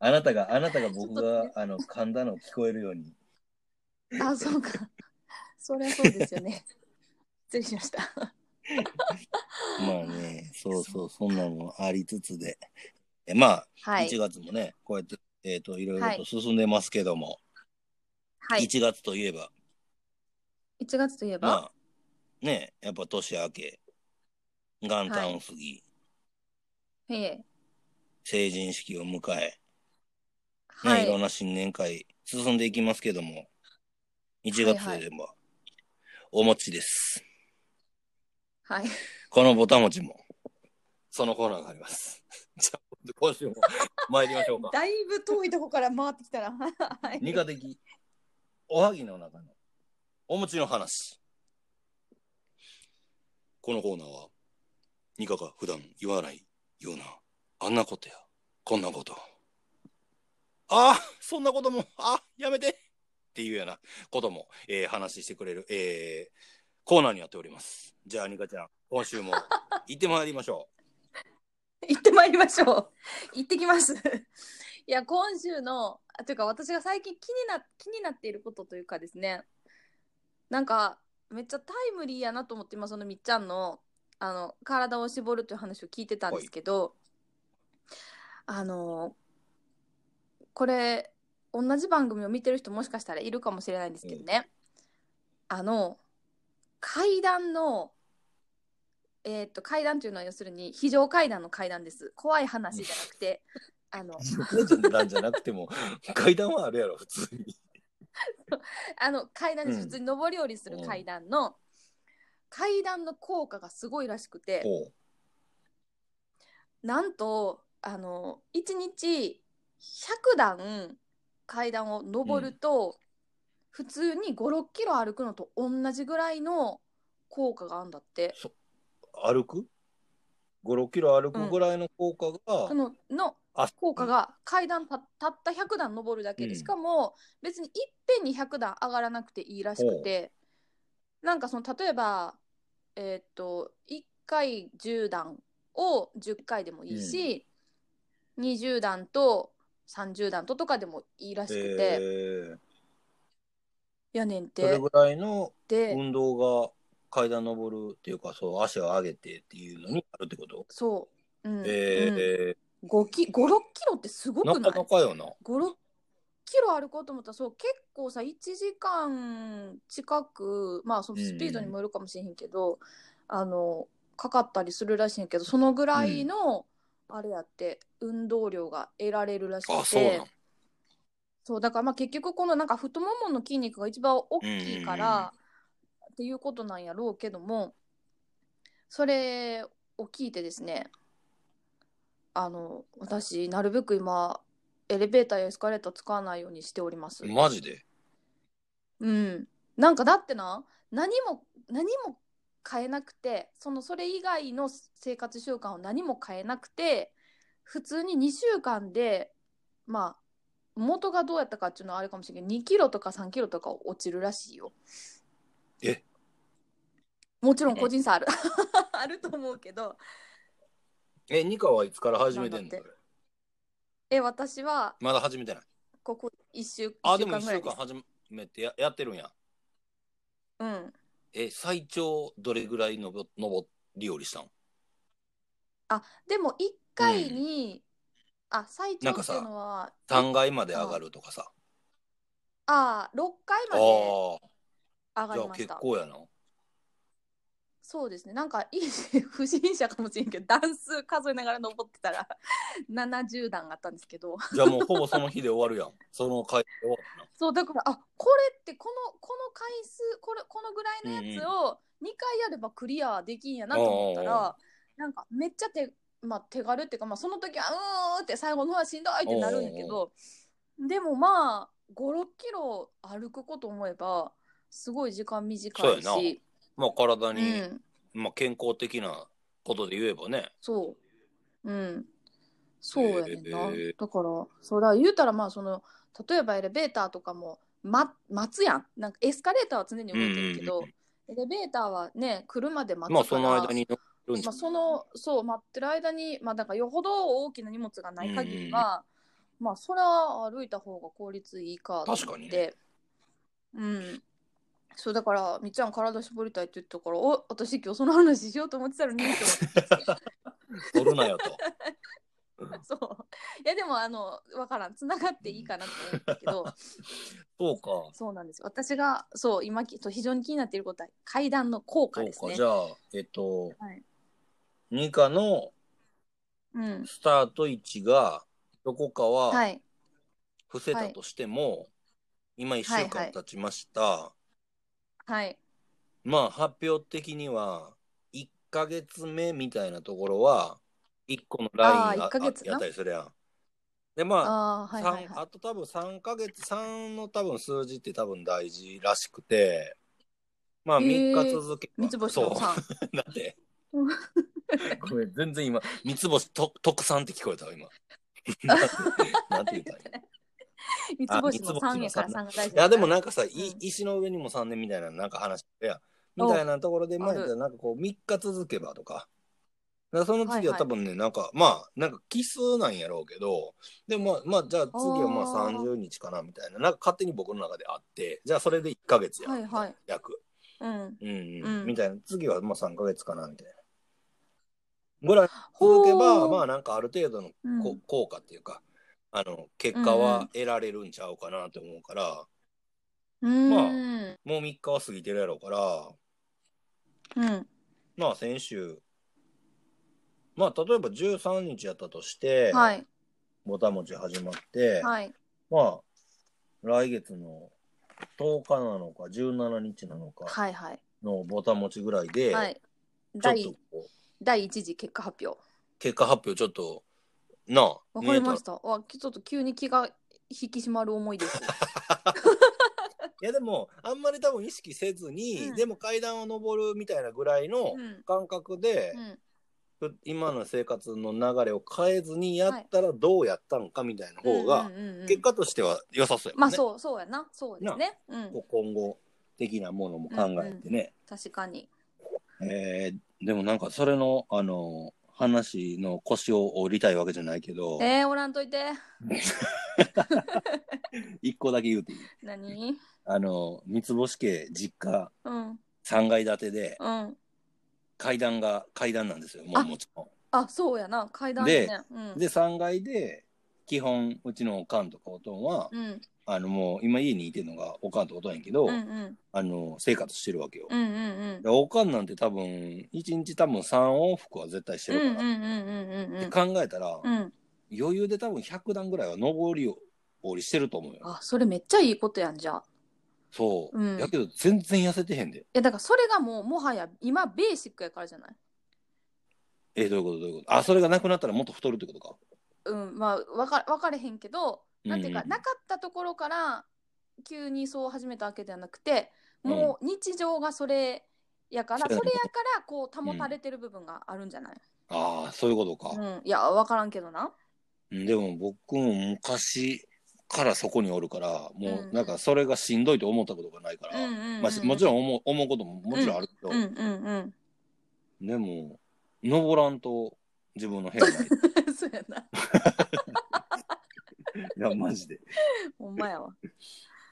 [SPEAKER 1] あなたが、あなたが僕が、あの、噛んだの聞こえるように。
[SPEAKER 2] あそうか。 そりゃそうですよね。 失礼しました。
[SPEAKER 1] まあね、そうそう、そんなのもありつつで。えまあ、
[SPEAKER 2] はい
[SPEAKER 1] 1月もね、こうやって、えっ、と、いろい
[SPEAKER 2] は
[SPEAKER 1] ろと
[SPEAKER 2] い
[SPEAKER 1] 進んでますけども、
[SPEAKER 2] はい。
[SPEAKER 1] 1月といえば、
[SPEAKER 2] 1月といえば、
[SPEAKER 1] まあ、ね、やっぱ年明け、元旦を過ぎ、
[SPEAKER 2] ええ
[SPEAKER 1] 成人式を迎え、ね、
[SPEAKER 2] はい
[SPEAKER 1] ろん
[SPEAKER 2] い。
[SPEAKER 1] な新年会進んでいきますけども、1月
[SPEAKER 2] はいはい
[SPEAKER 1] といえば、お餅です。
[SPEAKER 2] はい。
[SPEAKER 1] このぼた餅も、そのコーナーがあります。 じゃあ、今週も参りましょうか。
[SPEAKER 2] だいぶ遠いとこから回ってきたら、 はい。
[SPEAKER 1] 二課的、おはぎの中の、お餅の話。このコーナーは、二課が普段言わないような、あんなことや、こんなこと。ああ、そんなことも、あやめてっていうようなことも、えー話してくれる、えーコーナーになっております。じゃあ、二課ちゃん、今週も行ってまいりましょ
[SPEAKER 2] 行ってまいりましょう。行ってきます。いや、今週の、あというか、私が最近気にな、気になっていることというかですね。なんか、めっちゃタイムリーやなと思って、今そのみっちゃんの、あの、体を絞るという話を聞いてたんですけど。あの、これ、同じ番組を見てる人もしかしたらいるかもしれないんですけどね。あの、階段の。えーっと階段というのは要するに非常階段の階段です怖い話じゃなく てあの
[SPEAKER 1] う。自分なんじゃなくても、階段はあるやろ、普通に。
[SPEAKER 2] あの階段です、
[SPEAKER 1] うん
[SPEAKER 2] 普通に上り下りする階段の、階段の効果がすごいらしくて
[SPEAKER 1] ほう。
[SPEAKER 2] なんとあの1日100段階段を上ると、普通に56キロ歩くのと同じぐらいの効果があるんだって。
[SPEAKER 1] 歩く56キロ歩くぐらいの効果が、
[SPEAKER 2] そのの
[SPEAKER 1] あ
[SPEAKER 2] 効果が階段たたった100段上るだけで、
[SPEAKER 1] うん
[SPEAKER 2] しかも別にいっぺんに100段上がらなくていいらしくてなんかその例えばえーっと1回10段を10回でもいいし、20段と30段ととかでもいいらしく
[SPEAKER 1] え
[SPEAKER 2] て、
[SPEAKER 1] ー
[SPEAKER 2] やねん
[SPEAKER 1] それ
[SPEAKER 2] て
[SPEAKER 1] ぐらいの
[SPEAKER 2] で、
[SPEAKER 1] 運動が階段登るっていうかそう足を上げてっていうのにあるってこと、
[SPEAKER 2] そう、うん
[SPEAKER 1] え
[SPEAKER 2] うん、5キ56キロってすご
[SPEAKER 1] ー、な
[SPEAKER 2] く
[SPEAKER 1] か
[SPEAKER 2] ない
[SPEAKER 1] なかよな。
[SPEAKER 2] 56キロ歩こうと思ったらそう結構さ1時間近くまあそのスピードにもよるかもしれへんけど、あのかかったりするらしいんやけどそのぐらいの、あれやって運動量が得られるらしくて
[SPEAKER 1] あそうなん
[SPEAKER 2] そうだからまあ結局このなんか太ももの筋肉が一番大きいから、っていうことなんやろうけどもそれを聞いてですねあの私なるべく今エレベーターやエスカレーター使わないようにしております。
[SPEAKER 1] マジで
[SPEAKER 2] うん、なんかだってな何も何も変えなくてそのそれ以外の生活習慣を何も変えなくて普通に2週間でまあ元がどうやったかっていうのはあれかもしれんけど2キロとか3キロとか落ちるらしいよ。
[SPEAKER 1] え
[SPEAKER 2] もちろん個人差ある あると思うけど
[SPEAKER 1] えニカはいつから始めてんの
[SPEAKER 2] なんだってえ私は
[SPEAKER 1] まだ始めてない。
[SPEAKER 2] ここ1週
[SPEAKER 1] あ
[SPEAKER 2] 一
[SPEAKER 1] で
[SPEAKER 2] 週
[SPEAKER 1] も
[SPEAKER 2] 間
[SPEAKER 1] 1
[SPEAKER 2] ぐら
[SPEAKER 1] 週
[SPEAKER 2] いで
[SPEAKER 1] 間
[SPEAKER 2] す。
[SPEAKER 1] 始めてややってるんや。
[SPEAKER 2] うん
[SPEAKER 1] え最長どれぐらいのぼ登り降りしたん
[SPEAKER 2] でも1回に、あ最長
[SPEAKER 1] なんか
[SPEAKER 2] って
[SPEAKER 1] さ
[SPEAKER 2] いうのは
[SPEAKER 1] ?3 階まで上がるとかさ。
[SPEAKER 2] ああ6回
[SPEAKER 1] あ
[SPEAKER 2] ま
[SPEAKER 1] あー
[SPEAKER 2] で上
[SPEAKER 1] じ
[SPEAKER 2] が
[SPEAKER 1] ゃ
[SPEAKER 2] り
[SPEAKER 1] あ
[SPEAKER 2] まし
[SPEAKER 1] 結
[SPEAKER 2] た
[SPEAKER 1] 構やな。
[SPEAKER 2] そうですねなんかいい不審者かもしれんけど段数数えながら登ってたら 70段あったんですけど
[SPEAKER 1] じゃあもうほぼその日で終わ るやん。その回で終わったな。
[SPEAKER 2] そうだからあこれってこのこの回数これこのぐらいのやつを2回やればクリアできんやなと思った
[SPEAKER 1] おうおうお
[SPEAKER 2] らなんかめっちゃ手,、まあ、手軽っていうか、まあ、その時はうーんって最後の方はしんどいってなるんやけどでもまあ56キロ歩くこと思えばすごい時間短い
[SPEAKER 1] そうや
[SPEAKER 2] し
[SPEAKER 1] まあ体
[SPEAKER 2] う
[SPEAKER 1] に、
[SPEAKER 2] ん
[SPEAKER 1] まあ、健康的なことで言えばね、
[SPEAKER 2] そう。うん。そうやねんな。
[SPEAKER 1] へえ
[SPEAKER 2] だから、そうだ、言うたら、まあ、その、例えばエレベーターとかも、ま、待つやん。なんかエスカレーターは常に動いてるけ
[SPEAKER 1] う
[SPEAKER 2] ど、
[SPEAKER 1] んうん
[SPEAKER 2] エレベーターはね、車で待
[SPEAKER 1] まあ
[SPEAKER 2] つ
[SPEAKER 1] そ
[SPEAKER 2] から、
[SPEAKER 1] の間に乗るんじ
[SPEAKER 2] ま
[SPEAKER 1] ゃ
[SPEAKER 2] あ、その、そう、待ってる間に、まあ、だから、よほど大きな荷物がない限りは、まあ、それは歩いた方が効率いいかと思って
[SPEAKER 1] 確かにね
[SPEAKER 2] うん。そうだから、みっちゃん体絞りたいって言ったから、お私今日その話しようと思ってたのに、と思って
[SPEAKER 1] 乗る なよと。
[SPEAKER 2] そう。いや、でも、あの、わからん。つながっていいかなと思うんだけど、
[SPEAKER 1] そうか。
[SPEAKER 2] そうなんですよ。私が、そう、今き、そう非常に気になっていることは、階段の効果
[SPEAKER 1] そう
[SPEAKER 2] です
[SPEAKER 1] か。
[SPEAKER 2] ね。
[SPEAKER 1] じゃあ、えっと、
[SPEAKER 2] はい
[SPEAKER 1] 2課の
[SPEAKER 2] うん。
[SPEAKER 1] スタート位置がどこか
[SPEAKER 2] は。
[SPEAKER 1] はい伏せたとしても、今1週間経ちました。
[SPEAKER 2] はい。
[SPEAKER 1] まあ発表的には1ヶ月目みたいなところは1個のライン
[SPEAKER 2] あー
[SPEAKER 1] が
[SPEAKER 2] 一ヶ月な
[SPEAKER 1] やったりするやん。でまあ
[SPEAKER 2] ああ、はいはい
[SPEAKER 1] 三
[SPEAKER 2] は
[SPEAKER 1] あと多分3ヶ月3の多分数字って多分大事らしくてまあ
[SPEAKER 2] へー
[SPEAKER 1] 3日続け
[SPEAKER 2] い。三つ星の
[SPEAKER 1] そ
[SPEAKER 2] さん。
[SPEAKER 1] う なんで
[SPEAKER 2] うん
[SPEAKER 1] ごめん全然今三つ星と特産って聞こえたわ 今なんてなんて言ったんや
[SPEAKER 2] 三つ星の三やから三が大事。
[SPEAKER 1] いやでもなんかさ、い
[SPEAKER 2] うん
[SPEAKER 1] 石の上にも3年みたいななんか話してやみたいなところで
[SPEAKER 2] お
[SPEAKER 1] まあ
[SPEAKER 2] ある
[SPEAKER 1] なんかこう3日続けばとかだからその次
[SPEAKER 2] はい
[SPEAKER 1] は
[SPEAKER 2] はい
[SPEAKER 1] 多分ね、なんかまあなんか奇数なんやろうけどでもまあ、まあ、じゃあ次はまあ
[SPEAKER 2] あー
[SPEAKER 1] 30日かなみたいななんか勝手に僕の中であってじゃあそれで1ヶ月や、
[SPEAKER 2] はいはい
[SPEAKER 1] 約、
[SPEAKER 2] うん。
[SPEAKER 1] うんうん
[SPEAKER 2] うん
[SPEAKER 1] みたいな次はまあ3ヶ月かなみたいなぐらい続けば
[SPEAKER 2] ほう
[SPEAKER 1] まあなんかある程度の
[SPEAKER 2] うん
[SPEAKER 1] こ効果っていうかあの結果
[SPEAKER 2] うんうん
[SPEAKER 1] は得られるんちゃうかなと思うから。
[SPEAKER 2] うん。
[SPEAKER 1] まあ
[SPEAKER 2] うん
[SPEAKER 1] もう3日は過ぎてるやろうから、
[SPEAKER 2] うん。
[SPEAKER 1] まあ先週、まあ例えば13日やったとして、
[SPEAKER 2] はい。
[SPEAKER 1] ボタン持ち始まって、
[SPEAKER 2] はい。
[SPEAKER 1] まあ来月の10日なのか17日なのか
[SPEAKER 2] はいはい。
[SPEAKER 1] のボタン持ちぐらいで、
[SPEAKER 2] はい。
[SPEAKER 1] ちょっと
[SPEAKER 2] 第、
[SPEAKER 1] こう、
[SPEAKER 2] 第一次結果発表。
[SPEAKER 1] 結果発表ちょっと、なあ、
[SPEAKER 2] わかりまし
[SPEAKER 1] い
[SPEAKER 2] た。わ、ちょっと急に気が引き締まる思いです。
[SPEAKER 1] やでも、あんまり多分意識せずに、
[SPEAKER 2] うん
[SPEAKER 1] でも階段を上るみたいなぐらいの
[SPEAKER 2] うん。
[SPEAKER 1] 感覚で、
[SPEAKER 2] うん。
[SPEAKER 1] ふ今の生活の流れを変えずにやったらどうやったんかみたいな方が、
[SPEAKER 2] うんうんうんうん
[SPEAKER 1] 結果としては良さそうやも
[SPEAKER 2] ま
[SPEAKER 1] ん
[SPEAKER 2] あ
[SPEAKER 1] ね。
[SPEAKER 2] そうそうやなそうですねうん
[SPEAKER 1] こう今後的なものも考えてね。
[SPEAKER 2] 確かに
[SPEAKER 1] えーでもなんかそれの、あの話の腰を折りたいわけじゃないけど、
[SPEAKER 2] えー、おらんといて
[SPEAKER 1] 一個だけ言うていい
[SPEAKER 2] 何
[SPEAKER 1] あの三つ星家実家
[SPEAKER 2] うん
[SPEAKER 1] 3階建てで
[SPEAKER 2] うん
[SPEAKER 1] 階段が階段なんですよ、も
[SPEAKER 2] あ
[SPEAKER 1] うもちろ
[SPEAKER 2] あそうやな階段ね
[SPEAKER 1] で
[SPEAKER 2] うん
[SPEAKER 1] ん。で、3階で基本うちのおかんとかおとんは、
[SPEAKER 2] うん
[SPEAKER 1] あのもう今家にいてるのがおかんとおとんやけど、
[SPEAKER 2] うんうん
[SPEAKER 1] あの生活してるわけよ。
[SPEAKER 2] うんうんうん
[SPEAKER 1] でおかんなんて多分1日多分3往復は絶対して
[SPEAKER 2] うんう
[SPEAKER 1] るから。
[SPEAKER 2] んうんうんう
[SPEAKER 1] っ
[SPEAKER 2] ん
[SPEAKER 1] て考えたら、
[SPEAKER 2] うん
[SPEAKER 1] 余裕で多分100段ぐらいは上りを降りしてると思うよ。
[SPEAKER 2] あそれめっちゃいいことやんじゃあ
[SPEAKER 1] そう。
[SPEAKER 2] うん
[SPEAKER 1] やけど全然痩せてへんで。
[SPEAKER 2] いやだからそれがもうもはや今ベーシックやからじゃない
[SPEAKER 1] え、どういうことどういうことあ、それがなくなったらもっと太るってことか。
[SPEAKER 2] うんまあ分か分かれへんけどなんていうか、
[SPEAKER 1] うん
[SPEAKER 2] なかったところから急にそう始めたわけではなくてもう日常がそれやから、
[SPEAKER 1] そうやね
[SPEAKER 2] それやからこう保たれてる部分があるんじゃない、
[SPEAKER 1] ああ、そういうこと
[SPEAKER 2] う
[SPEAKER 1] か。
[SPEAKER 2] ん、いや分からんけどな
[SPEAKER 1] でも僕も昔からそこにおるから、も
[SPEAKER 2] うん
[SPEAKER 1] うなんかそれがしんどいと思ったことがないから、まあしもち
[SPEAKER 2] ろん
[SPEAKER 1] ろん思う思うことももちろんあるけど、
[SPEAKER 2] うんうん
[SPEAKER 1] でも、登らんと自分の部屋な い。い
[SPEAKER 2] うんそうやな
[SPEAKER 1] や、マジで。
[SPEAKER 2] ほんまやわ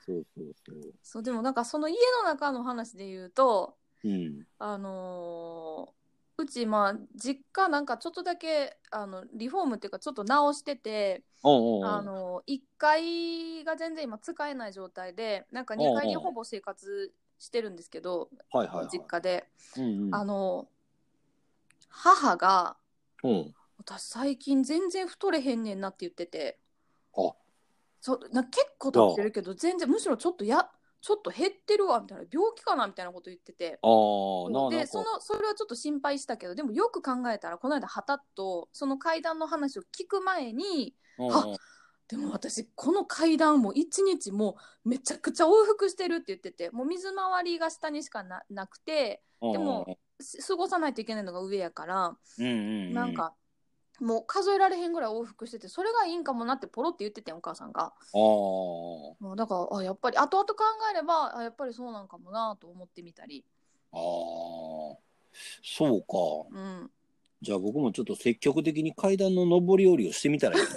[SPEAKER 1] そうそうそう。
[SPEAKER 2] そうでもなんかその家の中の話で言うと
[SPEAKER 1] うん。
[SPEAKER 2] あのーうちまあ実家なんかちょっとだけあのリフォームっていうかちょっと直してて
[SPEAKER 1] おうおうおう
[SPEAKER 2] あの1階が全然今使えない状態でなんか
[SPEAKER 1] おうお
[SPEAKER 2] 2
[SPEAKER 1] う
[SPEAKER 2] 階にほぼ生活してるんですけど
[SPEAKER 1] はいはい、はい。
[SPEAKER 2] 実家で、
[SPEAKER 1] うんうん
[SPEAKER 2] あの母が
[SPEAKER 1] うん。
[SPEAKER 2] 「私最近全然太れへんねんな」って言ってて
[SPEAKER 1] あ
[SPEAKER 2] そうな結構太ってるけど全然むしろちょっとやちょっと減ってるわみたいな病気かなみたいなこと言ってて。
[SPEAKER 1] ああ、ななん
[SPEAKER 2] で
[SPEAKER 1] か
[SPEAKER 2] そのそれはちょっと心配したけどでもよく考えたらこの間はたっとその階段の話を聞く前に
[SPEAKER 1] うんうん
[SPEAKER 2] あでも私この階段も一日もうめちゃくちゃ往復してるって言っててもう水回りが下にしかななくてでも、す過ごさないといけないのが上やから、
[SPEAKER 1] うんうんうん、
[SPEAKER 2] なんかもう数えられへんぐらい往復しててそれがいいんかもなってポロって言っててんお母さんが
[SPEAKER 1] あー
[SPEAKER 2] もうだからあやっぱり後々考えればあやっぱりそうなんかもなと思ってみたり
[SPEAKER 1] あーそうか
[SPEAKER 2] うん
[SPEAKER 1] じゃあ僕もちょっと積極的に階段の上り下りをしてみたらい いな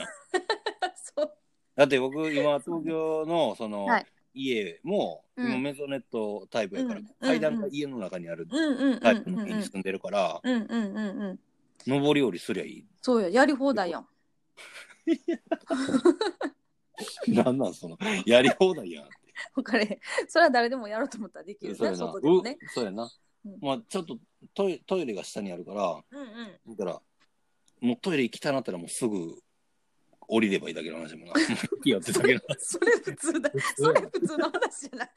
[SPEAKER 2] そう
[SPEAKER 1] だって僕今東京のその
[SPEAKER 2] はい
[SPEAKER 1] 家も、
[SPEAKER 2] うん
[SPEAKER 1] 今メゾネットタイプやから、
[SPEAKER 2] うん
[SPEAKER 1] 階段が家の中にある
[SPEAKER 2] うんうんうん
[SPEAKER 1] タイプ
[SPEAKER 2] うんう
[SPEAKER 1] の家に
[SPEAKER 2] ん
[SPEAKER 1] 住んでるから、
[SPEAKER 2] うんうんうんうん
[SPEAKER 1] 上り下りすりゃいい
[SPEAKER 2] そうよやり放題やん
[SPEAKER 1] なんなんそのやり放題やんっ
[SPEAKER 2] 分かれへんそれは誰でもやろうと思ったらでき
[SPEAKER 1] て
[SPEAKER 2] る
[SPEAKER 1] そう
[SPEAKER 2] ね
[SPEAKER 1] やな
[SPEAKER 2] 外でもね
[SPEAKER 1] うそうやな、
[SPEAKER 2] うん
[SPEAKER 1] まあちょっとトイレトイレが下にあるから
[SPEAKER 2] うんうん
[SPEAKER 1] だからもうトイレ行きたいなったらもうすぐ降りればいいだけの話やもんな いやってだけ の
[SPEAKER 2] それ普通だそれ普通の話じゃない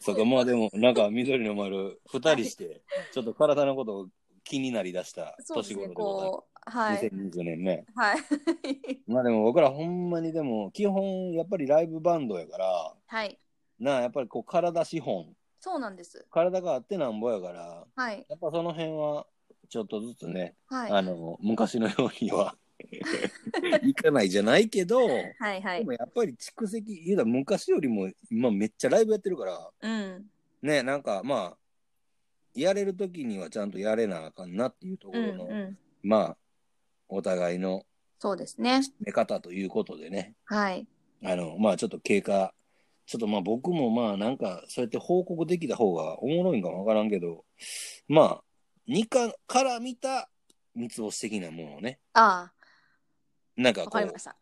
[SPEAKER 1] そうかまあでもなんか緑の丸二人してちょっと体のことを気になりだした
[SPEAKER 2] そうで
[SPEAKER 1] 年
[SPEAKER 2] す
[SPEAKER 1] 頃で
[SPEAKER 2] ね
[SPEAKER 1] ございます
[SPEAKER 2] こうはい
[SPEAKER 1] 2020年ね、
[SPEAKER 2] はい
[SPEAKER 1] まあでも僕らほんまにでも基本やっぱりライブバンドやから
[SPEAKER 2] はい
[SPEAKER 1] なあやっぱりこう体資本
[SPEAKER 2] そうなんです
[SPEAKER 1] 体があってなんぼやから
[SPEAKER 2] はい
[SPEAKER 1] やっぱその辺はちょっとずつね、
[SPEAKER 2] はい
[SPEAKER 1] あの昔のようには いかないじゃないけど、
[SPEAKER 2] はいは
[SPEAKER 1] で
[SPEAKER 2] い
[SPEAKER 1] もやっぱり蓄積言うたら昔よりも今めっちゃライブやってるから
[SPEAKER 2] うん
[SPEAKER 1] ねなんかまあやれる時にはちゃんとやれなあかんなっていうとこ
[SPEAKER 2] うん
[SPEAKER 1] ろの、
[SPEAKER 2] うん
[SPEAKER 1] まあお互いの
[SPEAKER 2] そうですね
[SPEAKER 1] 目方ということでね
[SPEAKER 2] はい
[SPEAKER 1] あのまあちょっと経過ちょっとまあ僕もまあなんかそうやって報告できた方がおもろいんかもわからんけどまあ2巻から見た三つ星的なものをね
[SPEAKER 2] あ
[SPEAKER 1] なん
[SPEAKER 2] あ
[SPEAKER 1] か
[SPEAKER 2] わ
[SPEAKER 1] こ
[SPEAKER 2] か
[SPEAKER 1] う
[SPEAKER 2] りました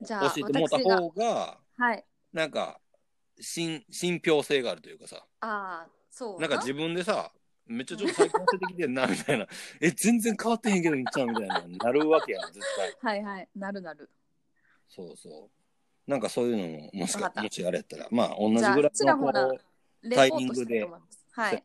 [SPEAKER 2] じゃあ
[SPEAKER 1] 教えてもらった
[SPEAKER 2] 私が
[SPEAKER 1] 方が
[SPEAKER 2] はい
[SPEAKER 1] なんか信信憑性があるというかさ
[SPEAKER 2] ああそう
[SPEAKER 1] なんか自分でさめっちゃちょっと最近忘れてきてんなみたいな え全然変わってへんけどいっちゃうみたいななるわけ やん絶対
[SPEAKER 2] はいはいなるなる
[SPEAKER 1] そうそうなんかそういうのももし
[SPEAKER 2] わか
[SPEAKER 1] か
[SPEAKER 2] った
[SPEAKER 1] もしあれやったらまあ同じぐ
[SPEAKER 2] じゃあ
[SPEAKER 1] らい
[SPEAKER 2] ちら
[SPEAKER 1] のこ
[SPEAKER 2] ほら
[SPEAKER 1] う
[SPEAKER 2] レ
[SPEAKER 1] タイ
[SPEAKER 2] ポ
[SPEAKER 1] ミン
[SPEAKER 2] ー
[SPEAKER 1] グ
[SPEAKER 2] ト
[SPEAKER 1] で
[SPEAKER 2] したいと思いますはい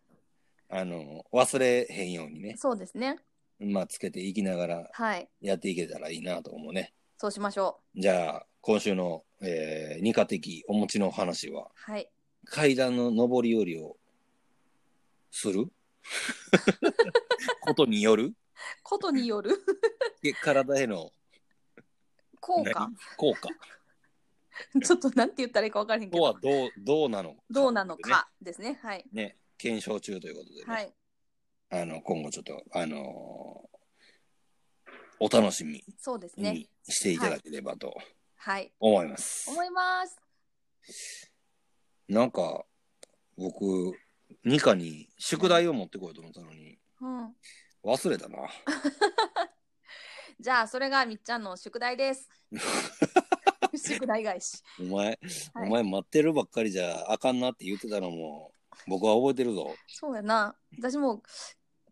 [SPEAKER 1] あの忘れへんようにね
[SPEAKER 2] そうですね
[SPEAKER 1] まあつけていきながら
[SPEAKER 2] はい
[SPEAKER 1] やっていけたらいいなと思うね
[SPEAKER 2] そうしましょ
[SPEAKER 1] じゃあ今週の、えー二課的お持ちの話は
[SPEAKER 2] うはい
[SPEAKER 1] 階段の上り下りをする ことによる
[SPEAKER 2] ことに よる
[SPEAKER 1] で体への
[SPEAKER 2] 効果
[SPEAKER 1] 何効果
[SPEAKER 2] ちょっとなんて言ったらいいか分からへんけ
[SPEAKER 1] とは
[SPEAKER 2] ど
[SPEAKER 1] どうどうなのか
[SPEAKER 2] どうなのかですねはい
[SPEAKER 1] ねね検証中ということで、ね
[SPEAKER 2] はい
[SPEAKER 1] あの今後ちょっとあのーお楽しみ
[SPEAKER 2] そうですね
[SPEAKER 1] にしていただければと
[SPEAKER 2] はい
[SPEAKER 1] 思います、
[SPEAKER 2] 思います
[SPEAKER 1] なんか僕二課に宿題を持ってこようと思ったのに
[SPEAKER 2] うん
[SPEAKER 1] 忘れたな
[SPEAKER 2] じゃあそれがみっちゃんの宿 題です宿題返し
[SPEAKER 1] お前、
[SPEAKER 2] はい
[SPEAKER 1] お前待ってるばっかりじゃあかんなって言ってたのも僕は覚えてるぞ
[SPEAKER 2] そうやな私も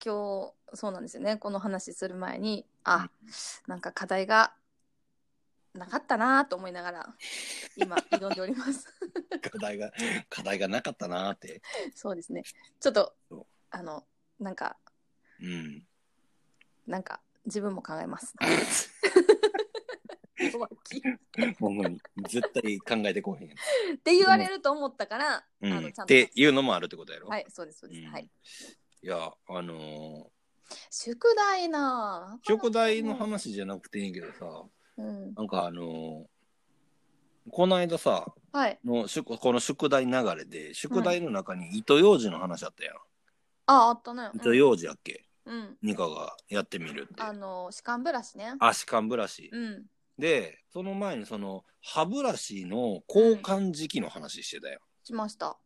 [SPEAKER 2] 今日そうなんですよねこの話する前にあなんか課題がなかったなと思いながら今挑んでお ります
[SPEAKER 1] 課題が課題がなかったなって
[SPEAKER 2] そうですねちょっと
[SPEAKER 1] そう
[SPEAKER 2] あのなんか
[SPEAKER 1] うん
[SPEAKER 2] なんか自分も考えます 弱気っ
[SPEAKER 1] ほんまに絶対考えてこうへんやつ
[SPEAKER 2] て言われると思ったから、
[SPEAKER 1] うん、
[SPEAKER 2] あのちゃ
[SPEAKER 1] っ
[SPEAKER 2] んと
[SPEAKER 1] ていうのもあるってことやろ、
[SPEAKER 2] はいそうですそう
[SPEAKER 1] う
[SPEAKER 2] です、
[SPEAKER 1] ん
[SPEAKER 2] はい
[SPEAKER 1] いやあの
[SPEAKER 2] 宿題な
[SPEAKER 1] ー宿題の、話じゃなくていいんやけどさ
[SPEAKER 2] うん、
[SPEAKER 1] なんかあのーこの間さ
[SPEAKER 2] はい
[SPEAKER 1] の宿この宿題流れで宿題の中に糸ようじの話あったやん、
[SPEAKER 2] ああったねうん
[SPEAKER 1] 糸ようじやっけ
[SPEAKER 2] うん
[SPEAKER 1] ニカがやってみるって
[SPEAKER 2] あの歯間ブラシね
[SPEAKER 1] 足間ブラシ、
[SPEAKER 2] うん
[SPEAKER 1] でその前にその歯ブラシの交換時期の話してたよ、っ
[SPEAKER 2] しました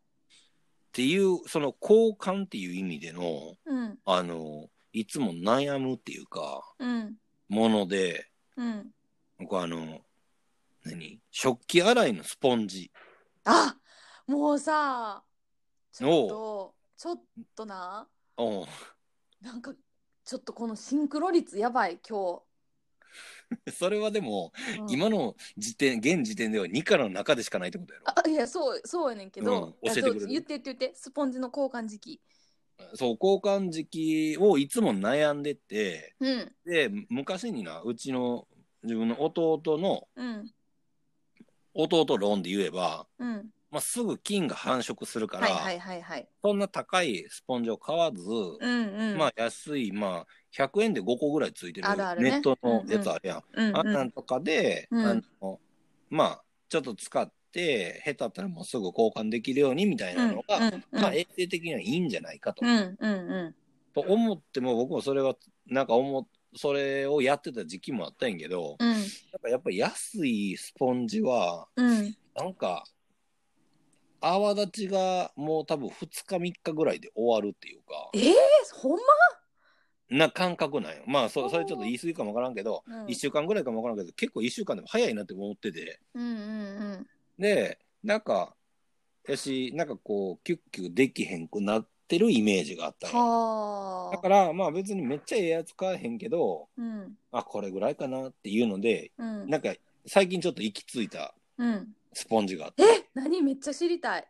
[SPEAKER 1] ていうその交換っていう意味での
[SPEAKER 2] うん
[SPEAKER 1] あのいつも悩むっていうか
[SPEAKER 2] うん
[SPEAKER 1] もので
[SPEAKER 2] うん
[SPEAKER 1] 僕あの何食器洗いのスポンジ
[SPEAKER 2] あもうさちょっとちょっとな
[SPEAKER 1] おう
[SPEAKER 2] なんかちょっとこのシンクロ率やばい今
[SPEAKER 1] それはでも、
[SPEAKER 2] 日、うん
[SPEAKER 1] 今の時点現時点では2課の中でしかないってことやろ
[SPEAKER 2] あいやそうそうやねんけど、
[SPEAKER 1] うん教
[SPEAKER 2] あ
[SPEAKER 1] えて
[SPEAKER 2] そう
[SPEAKER 1] くれる
[SPEAKER 2] 言って言って言ってスポンジの交換時期
[SPEAKER 1] そう交換時期をいつも悩んでて
[SPEAKER 2] うん
[SPEAKER 1] で昔になうちの自分の弟の
[SPEAKER 2] うん
[SPEAKER 1] 弟論で言えば、
[SPEAKER 2] うん
[SPEAKER 1] まあ、すぐ菌が繁殖するから、
[SPEAKER 2] はいはいはいはい
[SPEAKER 1] そんな高いスポンジを買わず、
[SPEAKER 2] うんうん
[SPEAKER 1] まあ安いまあ100円で5個ぐらいついてる
[SPEAKER 2] あるある
[SPEAKER 1] ネ
[SPEAKER 2] ね
[SPEAKER 1] ットのやつあるやん。
[SPEAKER 2] うん
[SPEAKER 1] あん
[SPEAKER 2] う
[SPEAKER 1] なん
[SPEAKER 2] ん
[SPEAKER 1] とかで、
[SPEAKER 2] うん
[SPEAKER 1] あのまあちょっと使って下手だったらもうすぐ交換できるようにみたいなのが、
[SPEAKER 2] うんうん
[SPEAKER 1] まあ衛生的にはいいんじゃないかと,、
[SPEAKER 2] うんうんうん
[SPEAKER 1] と思っても僕もそれはなんか思っそれをやってた時期もあったんやけど、
[SPEAKER 2] うん
[SPEAKER 1] なんかやっぱり安いスポンジは
[SPEAKER 2] うん
[SPEAKER 1] なんか泡立ちがもう多分2日3日ぐらいで終わるっていうか
[SPEAKER 2] えー、ほん
[SPEAKER 1] な感覚なんよまあそそれちょっと言い過ぎかもわからんけど、
[SPEAKER 2] ま、うん、
[SPEAKER 1] 1週間ぐらいかもわからんけど結構1週間でも早いなって思ってて。
[SPEAKER 2] うんうんうん
[SPEAKER 1] で、なんか、やし、なんかこう、キュッキュできへんくなってるイメージがあったのよ
[SPEAKER 2] は
[SPEAKER 1] だ
[SPEAKER 2] あ
[SPEAKER 1] から、まあ別にめっちゃええやつ買えへんけど、
[SPEAKER 2] うん
[SPEAKER 1] あ、これぐらいかなっていうので、
[SPEAKER 2] うん
[SPEAKER 1] なんか最近ちょっと行き着いた
[SPEAKER 2] うん
[SPEAKER 1] スポンジがあって、
[SPEAKER 2] え何めっちゃ知りたい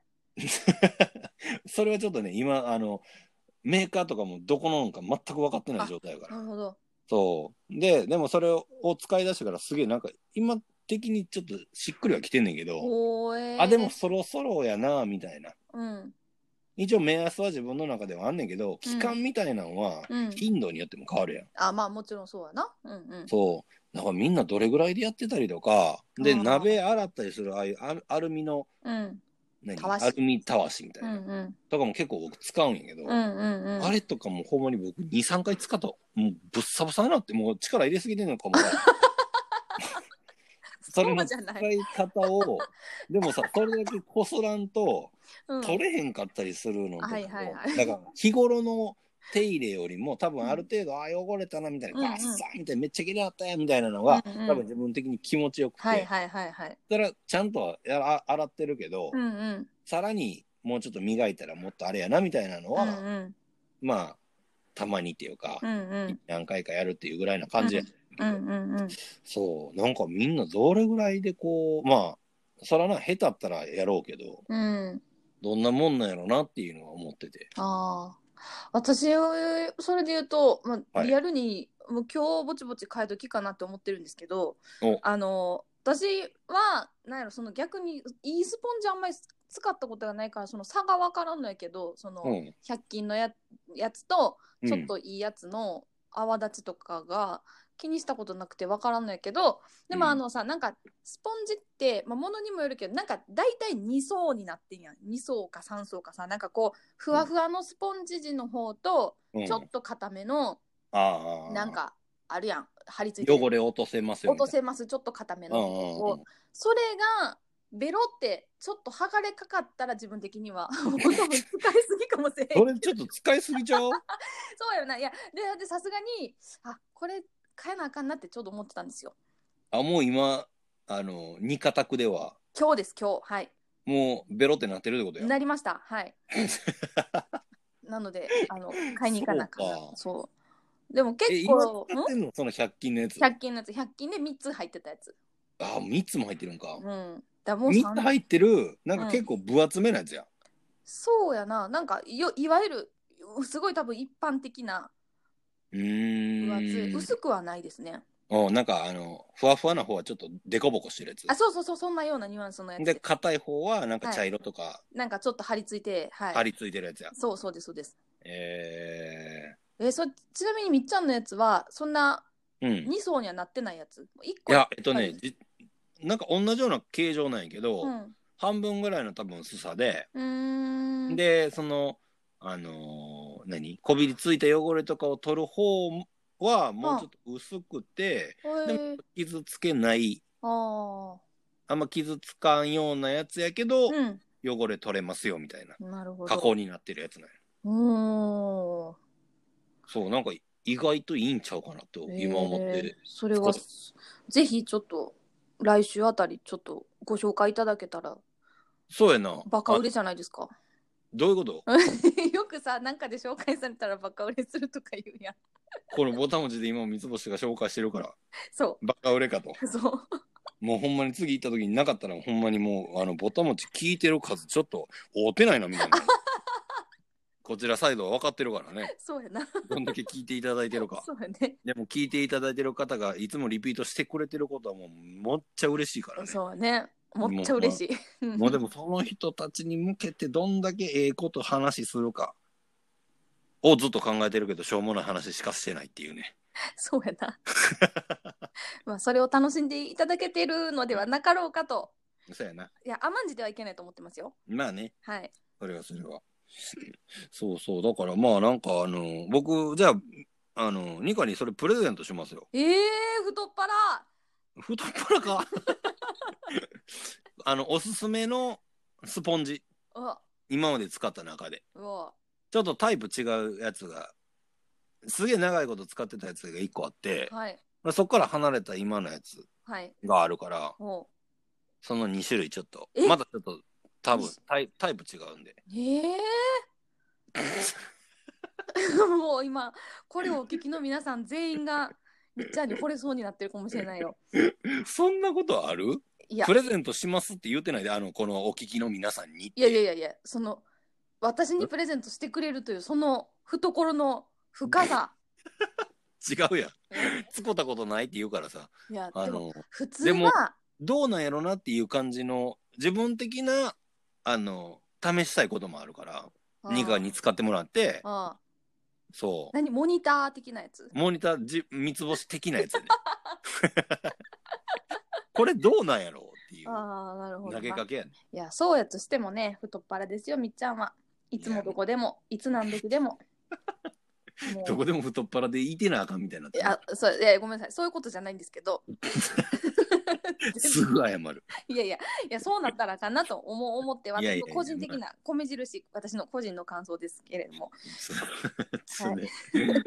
[SPEAKER 1] それはちょっとね、今、あの、メーカーとかもどこののか全く分かってない状態やか
[SPEAKER 2] な
[SPEAKER 1] ら。
[SPEAKER 2] るほど
[SPEAKER 1] そう。で、でもそれを使い出してからすげえなんか、今的にちょっとしっくりはきてんねんけど、
[SPEAKER 2] おえー、
[SPEAKER 1] あ、でもそろそろやな、みたいな。
[SPEAKER 2] うん
[SPEAKER 1] 一応目安は自分の中ではあんねんけど期間みたいなのは
[SPEAKER 2] うん
[SPEAKER 1] 頻度によっても変わるやん、
[SPEAKER 2] あまあもちろんそうやなうんうん
[SPEAKER 1] そうなんかみんなどれぐらいでやってたりとかで
[SPEAKER 2] あー
[SPEAKER 1] 鍋洗ったりするああいうアルアルミの
[SPEAKER 2] うん
[SPEAKER 1] 何
[SPEAKER 2] たわし
[SPEAKER 1] アルミたわしみたいうな、
[SPEAKER 2] んうん
[SPEAKER 1] とかも結構僕使うんやけど、
[SPEAKER 2] うんうんうん
[SPEAKER 1] あれとかもほんまに僕23回使ったもうぶっさぶさになってもう力入れすぎてんの かも それの
[SPEAKER 2] そう
[SPEAKER 1] 使
[SPEAKER 2] じゃない
[SPEAKER 1] い方をで もさそれだけこそらんと
[SPEAKER 2] うん
[SPEAKER 1] 取れへんかったりするのとかを、
[SPEAKER 2] はいはいはい
[SPEAKER 1] だから日頃の手入れよりも多分ある程度、ああ汚れたなみたいな、
[SPEAKER 2] うんうん
[SPEAKER 1] ガッサンみたいなめっちゃ綺麗だったやみたいなのが、
[SPEAKER 2] うんうん
[SPEAKER 1] 多分自分的に気持ちよくて、
[SPEAKER 2] はいはいはいはい
[SPEAKER 1] だからちゃんとはやら洗ってるけど、
[SPEAKER 2] うんうん
[SPEAKER 1] さらにもうちょっと磨いたらもっとあれやなみたいなの
[SPEAKER 2] う
[SPEAKER 1] は、
[SPEAKER 2] んうん
[SPEAKER 1] まあたまにっていうか、
[SPEAKER 2] うんうん
[SPEAKER 1] 何回かやるっていうぐらいな感じや、
[SPEAKER 2] うんうんうん
[SPEAKER 1] そうなんかみんなどれぐらいでこうまあそらな下手ったらやろうけど
[SPEAKER 2] うん
[SPEAKER 1] どんなもんなんやろなっていうのは思ってて
[SPEAKER 2] ああ私それで言うと、まあ
[SPEAKER 1] はい
[SPEAKER 2] リアルにもう今日ぼちぼち買い時かなって思ってるんですけど
[SPEAKER 1] お
[SPEAKER 2] あの私はなんやろその逆にいいスポンジあんまり使ったことがないからその差が分からんのやけどその
[SPEAKER 1] うん
[SPEAKER 2] 100均のややつと
[SPEAKER 1] うん
[SPEAKER 2] ちょっといいやつの泡立ちとかが気にしたことなくて分からんのやけどで
[SPEAKER 1] う
[SPEAKER 2] も
[SPEAKER 1] ん
[SPEAKER 2] あのさ、なんかスポンジって、まあ、ものにもよるけどなんか大体2層になってんやん2層か3層かさなんかこうふわふわのスポンジ地の方と
[SPEAKER 1] うん
[SPEAKER 2] ちょっと固めの
[SPEAKER 1] ああ
[SPEAKER 2] なんかあるやん貼り付いてる
[SPEAKER 1] 汚れ落とせますよ
[SPEAKER 2] 落
[SPEAKER 1] みた
[SPEAKER 2] と
[SPEAKER 1] いな
[SPEAKER 2] せますちょっと固め
[SPEAKER 1] う
[SPEAKER 2] の
[SPEAKER 1] んうんうん
[SPEAKER 2] こうそれがベロってちょっと剥がれかかったら自分的には もう多分使いすぎかもしれんけど
[SPEAKER 1] それちょっと使いすぎちゃ う
[SPEAKER 2] そうよないやででさすがにあこれ変えなあかんなってちょうど思ってたんですよ
[SPEAKER 1] あもう今あの二カ択では
[SPEAKER 2] 今日です今日はい
[SPEAKER 1] もうベロってなってるってことや
[SPEAKER 2] なりましたはい なのであの買いに行かなあかんな
[SPEAKER 1] そうか
[SPEAKER 2] そうでも
[SPEAKER 1] え
[SPEAKER 2] 結
[SPEAKER 1] 今使
[SPEAKER 2] 構
[SPEAKER 1] ってんのその100均のやつ
[SPEAKER 2] ん100均のやつ100均で3つ入ってたやつ
[SPEAKER 1] あ三3つも入ってるんか、
[SPEAKER 2] うんだからも
[SPEAKER 1] 三
[SPEAKER 2] う
[SPEAKER 1] 3つ
[SPEAKER 2] 三
[SPEAKER 1] 入ってるなんか結構分厚めなやつや、
[SPEAKER 2] そうやななんかよいわゆるすごい多分一般的な
[SPEAKER 1] うーん
[SPEAKER 2] 分厚い薄くはないですね
[SPEAKER 1] おなんかあのふわふわな方はちょっとデコボコしてるやつ
[SPEAKER 2] あそうそうそうそんなようなニュアンスのやつ
[SPEAKER 1] で
[SPEAKER 2] で
[SPEAKER 1] 硬い方はなんか茶色とか
[SPEAKER 2] すなんかちょっと張り付いてはい、
[SPEAKER 1] 貼り付いてるやつや、
[SPEAKER 2] そうそうですそうです
[SPEAKER 1] え
[SPEAKER 2] えそちなみにみっちゃんのやつはそんな
[SPEAKER 1] ー、うんい
[SPEAKER 2] 2層にはなってないやつ1個
[SPEAKER 1] やえっとね、
[SPEAKER 2] はい
[SPEAKER 1] じなんか同じような形状なんやけど、
[SPEAKER 2] うん
[SPEAKER 1] 半分ぐらいの多分薄さで、
[SPEAKER 2] うーん
[SPEAKER 1] でそのあのー何こびりついた汚れとかを取る方はもうちょっと薄くて、
[SPEAKER 2] ほえー
[SPEAKER 1] 傷つけない
[SPEAKER 2] あ
[SPEAKER 1] あんま傷つかんようなやつやけど、
[SPEAKER 2] あうん
[SPEAKER 1] 汚れ取れますよみたいな
[SPEAKER 2] なるほど
[SPEAKER 1] 加工になってるやつなんや
[SPEAKER 2] おー
[SPEAKER 1] そうなんか意外といいんちゃうかなと今思って、
[SPEAKER 2] えーそれはぜひちょっと来週あたりちょっとご紹介いただけたら
[SPEAKER 1] そうやな
[SPEAKER 2] バカ売れ
[SPEAKER 1] あ
[SPEAKER 2] じゃないですか
[SPEAKER 1] どういうこと
[SPEAKER 2] よくさなんかで紹介されたらバカ売れするとか言うやん
[SPEAKER 1] このボタン文字で今三つ星が紹介してるから
[SPEAKER 2] そ
[SPEAKER 1] バカ売れかと
[SPEAKER 2] うそう
[SPEAKER 1] もうほんまに次行った時になかったらほんまにもうあのボタン持ち聞いてる数ちょっと合うてないなみたい なこちらサイドは分かってるからね
[SPEAKER 2] そうやな
[SPEAKER 1] どんだけ聞いていただいてるか
[SPEAKER 2] そうやね
[SPEAKER 1] でも聞いていただいてる方がいつもリピートしてくれてることはもうもっちゃ嬉しいからね
[SPEAKER 2] そうやねもっちゃ嬉しい
[SPEAKER 1] もうでもその人たちに向けてどんだけええこと話するかをずっと考えてるけど、しょうもない話しかしてないっていうね。
[SPEAKER 2] そうやな。まあ、それを楽しんでいただけてるのではなかろうかと。
[SPEAKER 1] そうやな。
[SPEAKER 2] いや、甘んじてはいけないと思ってますよ。
[SPEAKER 1] まあね、
[SPEAKER 2] はい。
[SPEAKER 1] それはそれは。そうそう、だからまあなんかあの、僕、じゃあ、あの、ニカにそれプレゼントしますよ。
[SPEAKER 2] ええー、太っ腹。
[SPEAKER 1] 太っ腹か あの、おすすめのスポンジ、
[SPEAKER 2] あ、
[SPEAKER 1] 今まで使った中で。
[SPEAKER 2] うわ。
[SPEAKER 1] ちょっとタイプ違うやつが、すげえ長いこと使ってたやつが1個あって、
[SPEAKER 2] はい。
[SPEAKER 1] まあそこから離れた今のやつ
[SPEAKER 2] はい。
[SPEAKER 1] があるから、
[SPEAKER 2] おう。
[SPEAKER 1] その2種類ちょっと
[SPEAKER 2] え、
[SPEAKER 1] まだちょっと多分タイタイプ違うんで。
[SPEAKER 2] ええ もう今これをお聞きの皆さん全員がみっちゃんに惚れそうになってるかもしれないよ。
[SPEAKER 1] そんなことある
[SPEAKER 2] いや
[SPEAKER 1] プレゼントしますって言ってないで、あの、このお聞きの皆さんに。
[SPEAKER 2] いやいやいやいやその私にプレゼントしてくれるというその懐の深さ。
[SPEAKER 1] 違うやん。
[SPEAKER 2] うん
[SPEAKER 1] 使ったことないって言うからさ、
[SPEAKER 2] いや
[SPEAKER 1] あ
[SPEAKER 2] でも
[SPEAKER 1] の、
[SPEAKER 2] 普通
[SPEAKER 1] でも
[SPEAKER 2] は
[SPEAKER 1] どうなんやろなっていう感じの、自分的な、あの、試したいこともあるから、ニカに使ってもらって、
[SPEAKER 2] ああ
[SPEAKER 1] そ
[SPEAKER 2] 何モニター的なやつ
[SPEAKER 1] う、モニターじ、三つ星的なやつ ね。これどうなんやろうっていう
[SPEAKER 2] ああなるほど
[SPEAKER 1] 投げ
[SPEAKER 2] な
[SPEAKER 1] か
[SPEAKER 2] い
[SPEAKER 1] けやね。
[SPEAKER 2] やそうやとしてもね太っ腹ですよみっちゃんはいつもどこ でもいつ何時でももう
[SPEAKER 1] どこでも太っ腹でいてなあかんみたいになっ
[SPEAKER 2] い
[SPEAKER 1] てる
[SPEAKER 2] や、そう、いや、ごめんなさい、そういうことじゃないんですけど。
[SPEAKER 1] すぐ謝る。
[SPEAKER 2] いやいや、いや、そうなったらあかんなと思う、思って、
[SPEAKER 1] いやいやい
[SPEAKER 2] 私の
[SPEAKER 1] や
[SPEAKER 2] 個人的な、米印、私の個人の感想ですけれども。
[SPEAKER 1] そう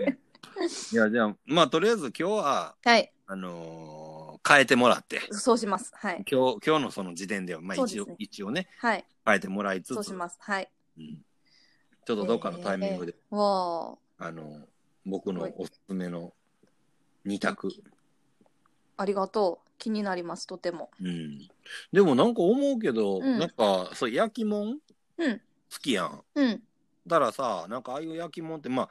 [SPEAKER 1] いや、じゃあ、まあ、とりあえず今日は、
[SPEAKER 2] はい、
[SPEAKER 1] あのー変えてもらって、
[SPEAKER 2] そうします。はい、
[SPEAKER 1] 今日、今日のその時点では、まあ、
[SPEAKER 2] そうです
[SPEAKER 1] 一
[SPEAKER 2] ね
[SPEAKER 1] 応、一応ね、
[SPEAKER 2] はい、
[SPEAKER 1] 変えてもらいつつ、
[SPEAKER 2] そうします。はい。
[SPEAKER 1] うんちょっとどっかのタイミングで、
[SPEAKER 2] わあ、
[SPEAKER 1] あの、僕の
[SPEAKER 2] はい
[SPEAKER 1] おすすめの2択。
[SPEAKER 2] ありがとう。気になります、とても。
[SPEAKER 1] うん。でもなんか思うけど、
[SPEAKER 2] うん
[SPEAKER 1] なんか、そう、焼きもん好
[SPEAKER 2] うん、
[SPEAKER 1] きやん。
[SPEAKER 2] うん、
[SPEAKER 1] だからさ、なんかああいう焼きもんって、ま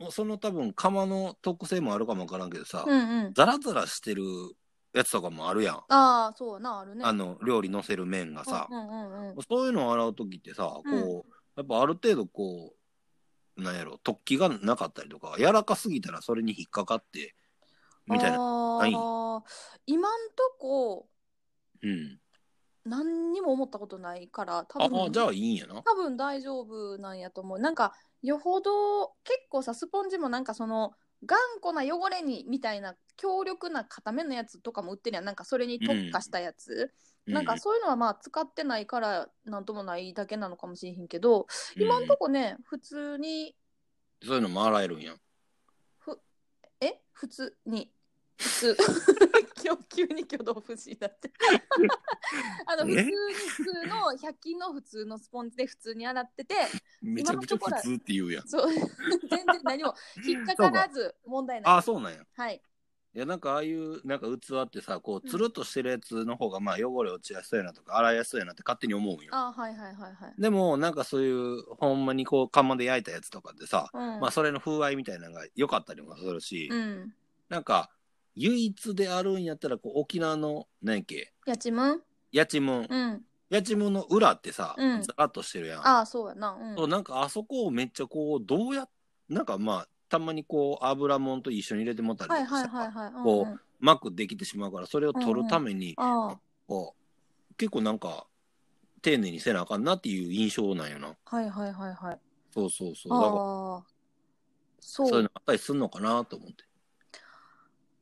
[SPEAKER 1] あ、その多分釜の特性もあるかもわからんけどさ、
[SPEAKER 2] うん、うん。
[SPEAKER 1] ザラザラしてるやつとかもあるやん。
[SPEAKER 2] ああ、そうやな、あるね。
[SPEAKER 1] あの、料理乗せる麺がさ
[SPEAKER 2] う。ん、うん、うん。
[SPEAKER 1] そういうのを洗う時ってさ、こう、やっぱある程度こう、なんやろ、突起がなかったりとか、柔らかすぎたらそれに引っかかって、みたいな。
[SPEAKER 2] あ
[SPEAKER 1] ない
[SPEAKER 2] あ、今んとこ、
[SPEAKER 1] うん。
[SPEAKER 2] 何にも思ったことないから、多
[SPEAKER 1] あ
[SPEAKER 2] 分。
[SPEAKER 1] あ、じゃあいいんやな。
[SPEAKER 2] 多分大丈夫なんやと思うなんかよほど結構さスポンジもなんかその頑固な汚れにみたいな強力な固めのやつとかも売ってるやんなんかそれに特化したやつ、なんかそういうのはまあ使ってないからなんともないだけなのかもしれへんけど、
[SPEAKER 1] うん、
[SPEAKER 2] 今んと
[SPEAKER 1] こ、
[SPEAKER 2] こね普通に
[SPEAKER 1] そういうのも洗えるんや。
[SPEAKER 2] え普通に 普通今日急に挙動不審だってあの普通
[SPEAKER 1] え
[SPEAKER 2] に普通の100均の普通のスポンジで普通に洗ってて
[SPEAKER 1] めちゃくちゃ普通って言うやん。
[SPEAKER 2] そう 全然何も引っかからず問題ない。
[SPEAKER 1] あそうなんや。
[SPEAKER 2] はい。
[SPEAKER 1] いや、なんかああいう、なんか器ってさ、こう、つるっとしてるやつの方が、まあ、汚れ落ちやすいなとか、洗いやすいなって勝手に思うんよ。
[SPEAKER 2] あはいはいはいはい。
[SPEAKER 1] でも、なんかそういう、ほんまにこう、釜で焼いたやつとかってさ、
[SPEAKER 2] うん。
[SPEAKER 1] まあ、それの風合いみたいなのが良かったりもするし、
[SPEAKER 2] うん。
[SPEAKER 1] なんか、唯一であるんやったら、こう、沖縄の、何やっけ、
[SPEAKER 2] やちむん。
[SPEAKER 1] やちむん。
[SPEAKER 2] うん。
[SPEAKER 1] やちむんの裏ってさ、
[SPEAKER 2] うん
[SPEAKER 1] ザラッとしてるやん。
[SPEAKER 2] あそうやな。うん。
[SPEAKER 1] そうなんかあそこをめっちゃこうどうやなんかまあたまにこう油もんと一緒に入れてもらった
[SPEAKER 2] は
[SPEAKER 1] り
[SPEAKER 2] い
[SPEAKER 1] とかした
[SPEAKER 2] はい
[SPEAKER 1] ら
[SPEAKER 2] はいはい。うん
[SPEAKER 1] こう
[SPEAKER 2] うん
[SPEAKER 1] マックできてしまうからそれを取るために
[SPEAKER 2] あ
[SPEAKER 1] こう結構なんか丁寧にせなあかんなっていう印象なんよな
[SPEAKER 2] あはいはいはいはい。
[SPEAKER 1] そうそうそうだから
[SPEAKER 2] ああ。
[SPEAKER 1] そういう
[SPEAKER 2] そう
[SPEAKER 1] の。あったりすんのかなと思って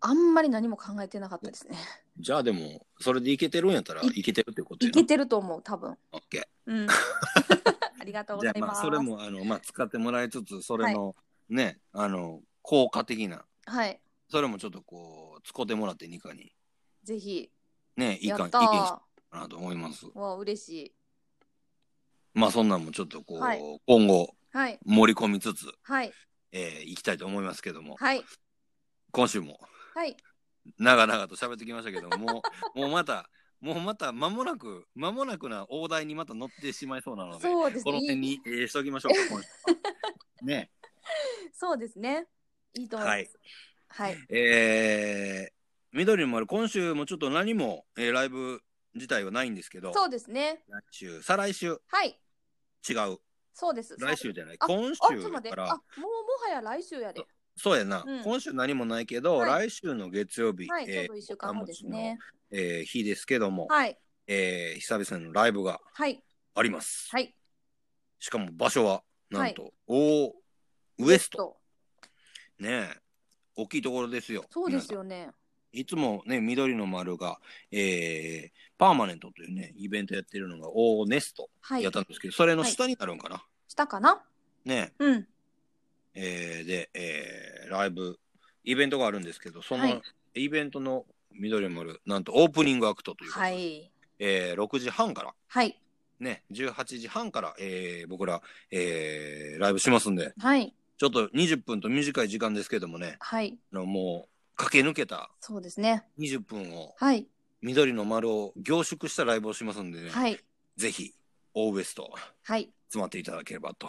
[SPEAKER 2] あんまり何も考えてなかったですね。
[SPEAKER 1] じゃあでもそれでいけてるんやったら
[SPEAKER 2] い
[SPEAKER 1] いけてるってこと
[SPEAKER 2] い
[SPEAKER 1] やな
[SPEAKER 2] けてると思う多分。
[SPEAKER 1] オッケ
[SPEAKER 2] うん。 ありがとう
[SPEAKER 1] ー
[SPEAKER 2] ご
[SPEAKER 1] じ
[SPEAKER 2] ざ
[SPEAKER 1] ゃ
[SPEAKER 2] い
[SPEAKER 1] あま
[SPEAKER 2] ま
[SPEAKER 1] あ
[SPEAKER 2] す。
[SPEAKER 1] それもあのまあ使ってもらいつつそれの、ねあの効果的な
[SPEAKER 2] はい。
[SPEAKER 1] それもちょっとこう使ってもらってニカに
[SPEAKER 2] ぜひ。
[SPEAKER 1] ねいい
[SPEAKER 2] や
[SPEAKER 1] か意見
[SPEAKER 2] っ
[SPEAKER 1] したよ
[SPEAKER 2] ー。
[SPEAKER 1] うかなと思います
[SPEAKER 2] わあ嬉しい。
[SPEAKER 1] まあそんなんもちょっとこう、
[SPEAKER 2] はい
[SPEAKER 1] 今後
[SPEAKER 2] はい
[SPEAKER 1] 盛り込みつつ、
[SPEAKER 2] はい
[SPEAKER 1] えー、いきたいと思いますけども、
[SPEAKER 2] はい
[SPEAKER 1] 今週も
[SPEAKER 2] はい。
[SPEAKER 1] 長々と喋ってきましたけども、もうまた、もうまた間もなく、間もなくな大台にまた乗ってしまいそうなので、
[SPEAKER 2] そうです
[SPEAKER 1] この
[SPEAKER 2] ね。
[SPEAKER 1] 辺に、えー、しときましょうか、今週 はね。
[SPEAKER 2] そうですね。いいと思います。はい。
[SPEAKER 1] えー、緑の丸、今週もちょっと何も、えーライブ自体はないんですけど、
[SPEAKER 2] そうですね。
[SPEAKER 1] 来週、再来週、
[SPEAKER 2] はい。
[SPEAKER 1] 違う
[SPEAKER 2] そうです。
[SPEAKER 1] 来週じゃない。
[SPEAKER 2] あ
[SPEAKER 1] 今
[SPEAKER 2] あ、ちょっ
[SPEAKER 1] 週
[SPEAKER 2] と待っ
[SPEAKER 1] か
[SPEAKER 2] て。あ、も
[SPEAKER 1] ら、
[SPEAKER 2] うもはや来週やで。
[SPEAKER 1] そうやな、
[SPEAKER 2] うん
[SPEAKER 1] 今週何もないけど、
[SPEAKER 2] は
[SPEAKER 1] 来週の月曜日、
[SPEAKER 2] はい、ちょう
[SPEAKER 1] え
[SPEAKER 2] ど一週間後ですね。
[SPEAKER 1] ーえー日ですけども、
[SPEAKER 2] はい、
[SPEAKER 1] えー久々のライブが
[SPEAKER 2] はい、
[SPEAKER 1] あります。
[SPEAKER 2] はい。
[SPEAKER 1] しかも場所は、なんと、おウエスト。。ねえ大きいところですよ。
[SPEAKER 2] そうですよね。
[SPEAKER 1] いつもね、緑の丸が、えーパーマネントというね、イベントやってるのが、オーネスト
[SPEAKER 2] はい
[SPEAKER 1] やっ。たんですけど、それの下になるんかな。
[SPEAKER 2] したかな
[SPEAKER 1] ね
[SPEAKER 2] うん。
[SPEAKER 1] えーで、えーライブ、イベントがあるんですけど、その、
[SPEAKER 2] はい
[SPEAKER 1] イベントの緑の丸、なんとオープニングアクトということで、
[SPEAKER 2] はい。
[SPEAKER 1] えー6時半から、
[SPEAKER 2] はい。
[SPEAKER 1] ね、18時半から、えー僕ら、えーライブしますんで、
[SPEAKER 2] はい。
[SPEAKER 1] ちょっと20分と短い時間ですけどもね、
[SPEAKER 2] はい。
[SPEAKER 1] あのもう、駆け抜けた
[SPEAKER 2] そうですね。
[SPEAKER 1] 20分を、
[SPEAKER 2] はい。
[SPEAKER 1] 緑の丸を凝縮したライブをしますんでね、
[SPEAKER 2] はい。
[SPEAKER 1] ぜひ、オーウエスト、
[SPEAKER 2] はい。
[SPEAKER 1] 詰まっていただければと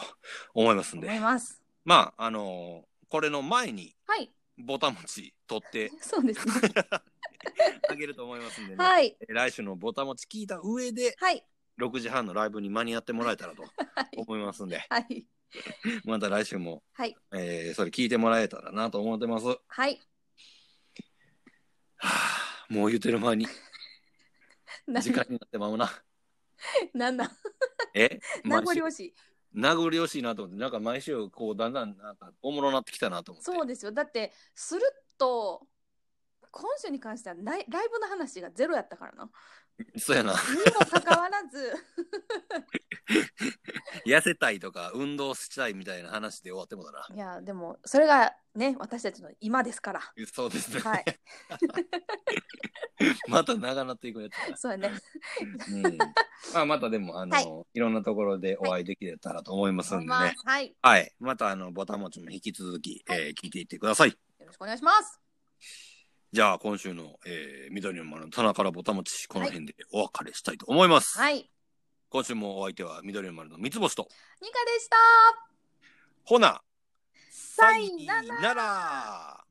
[SPEAKER 1] 思いますんで
[SPEAKER 2] 思い、ます。
[SPEAKER 1] まあ、あのーこれの前に、
[SPEAKER 2] はい。
[SPEAKER 1] ボタン持ち取 って
[SPEAKER 2] そうですね。
[SPEAKER 1] あげると思いますんでね、
[SPEAKER 2] はい。
[SPEAKER 1] え来週のボタン持ち聞いた上で、
[SPEAKER 2] はい。
[SPEAKER 1] 6時半のライブに間に合ってもらえたらと
[SPEAKER 2] はい。
[SPEAKER 1] 思いますんで、
[SPEAKER 2] はい。
[SPEAKER 1] また来週も、
[SPEAKER 2] はい。
[SPEAKER 1] えーそれ聞いてもらえたらなと思ってます。は
[SPEAKER 2] はい。
[SPEAKER 1] あもう言ってる間に
[SPEAKER 2] な
[SPEAKER 1] 時間になってまうな。
[SPEAKER 2] なんだ。
[SPEAKER 1] え
[SPEAKER 2] 名残
[SPEAKER 1] 毎週
[SPEAKER 2] 惜しい。
[SPEAKER 1] 名残惜しいなと思って、なんか毎週こうだんだんなんかおもろなってきたなと思って。
[SPEAKER 2] そうですよ。だって、するっと、今週に関してはないライブの話がゼロやったからな。
[SPEAKER 1] そうやな。
[SPEAKER 2] にもかかわらず、
[SPEAKER 1] 痩せたいとか運動したいみたいな話で終わってもだな。
[SPEAKER 2] いや、でも、それがね、私たちの今ですから。
[SPEAKER 1] そうですね。
[SPEAKER 2] はい。
[SPEAKER 1] また長なっていくやつだな。
[SPEAKER 2] そうやね。
[SPEAKER 1] うん、まあまたでもあの、、
[SPEAKER 2] はい
[SPEAKER 1] ろんなところでお会いできたらと思いますんでね。はい。
[SPEAKER 2] はい。
[SPEAKER 1] またあのボタン持ちも引き続き、えー聞いていってください。
[SPEAKER 2] よろしくお願いします。
[SPEAKER 1] じゃあ今週の、えー、緑の丸の棚からボタン持ちこの辺でお別れしたいと思います。
[SPEAKER 2] はい。
[SPEAKER 1] 今週もお相手は緑の丸の三つ星と
[SPEAKER 2] ニカでした。
[SPEAKER 1] ほな
[SPEAKER 2] さいなら
[SPEAKER 1] なら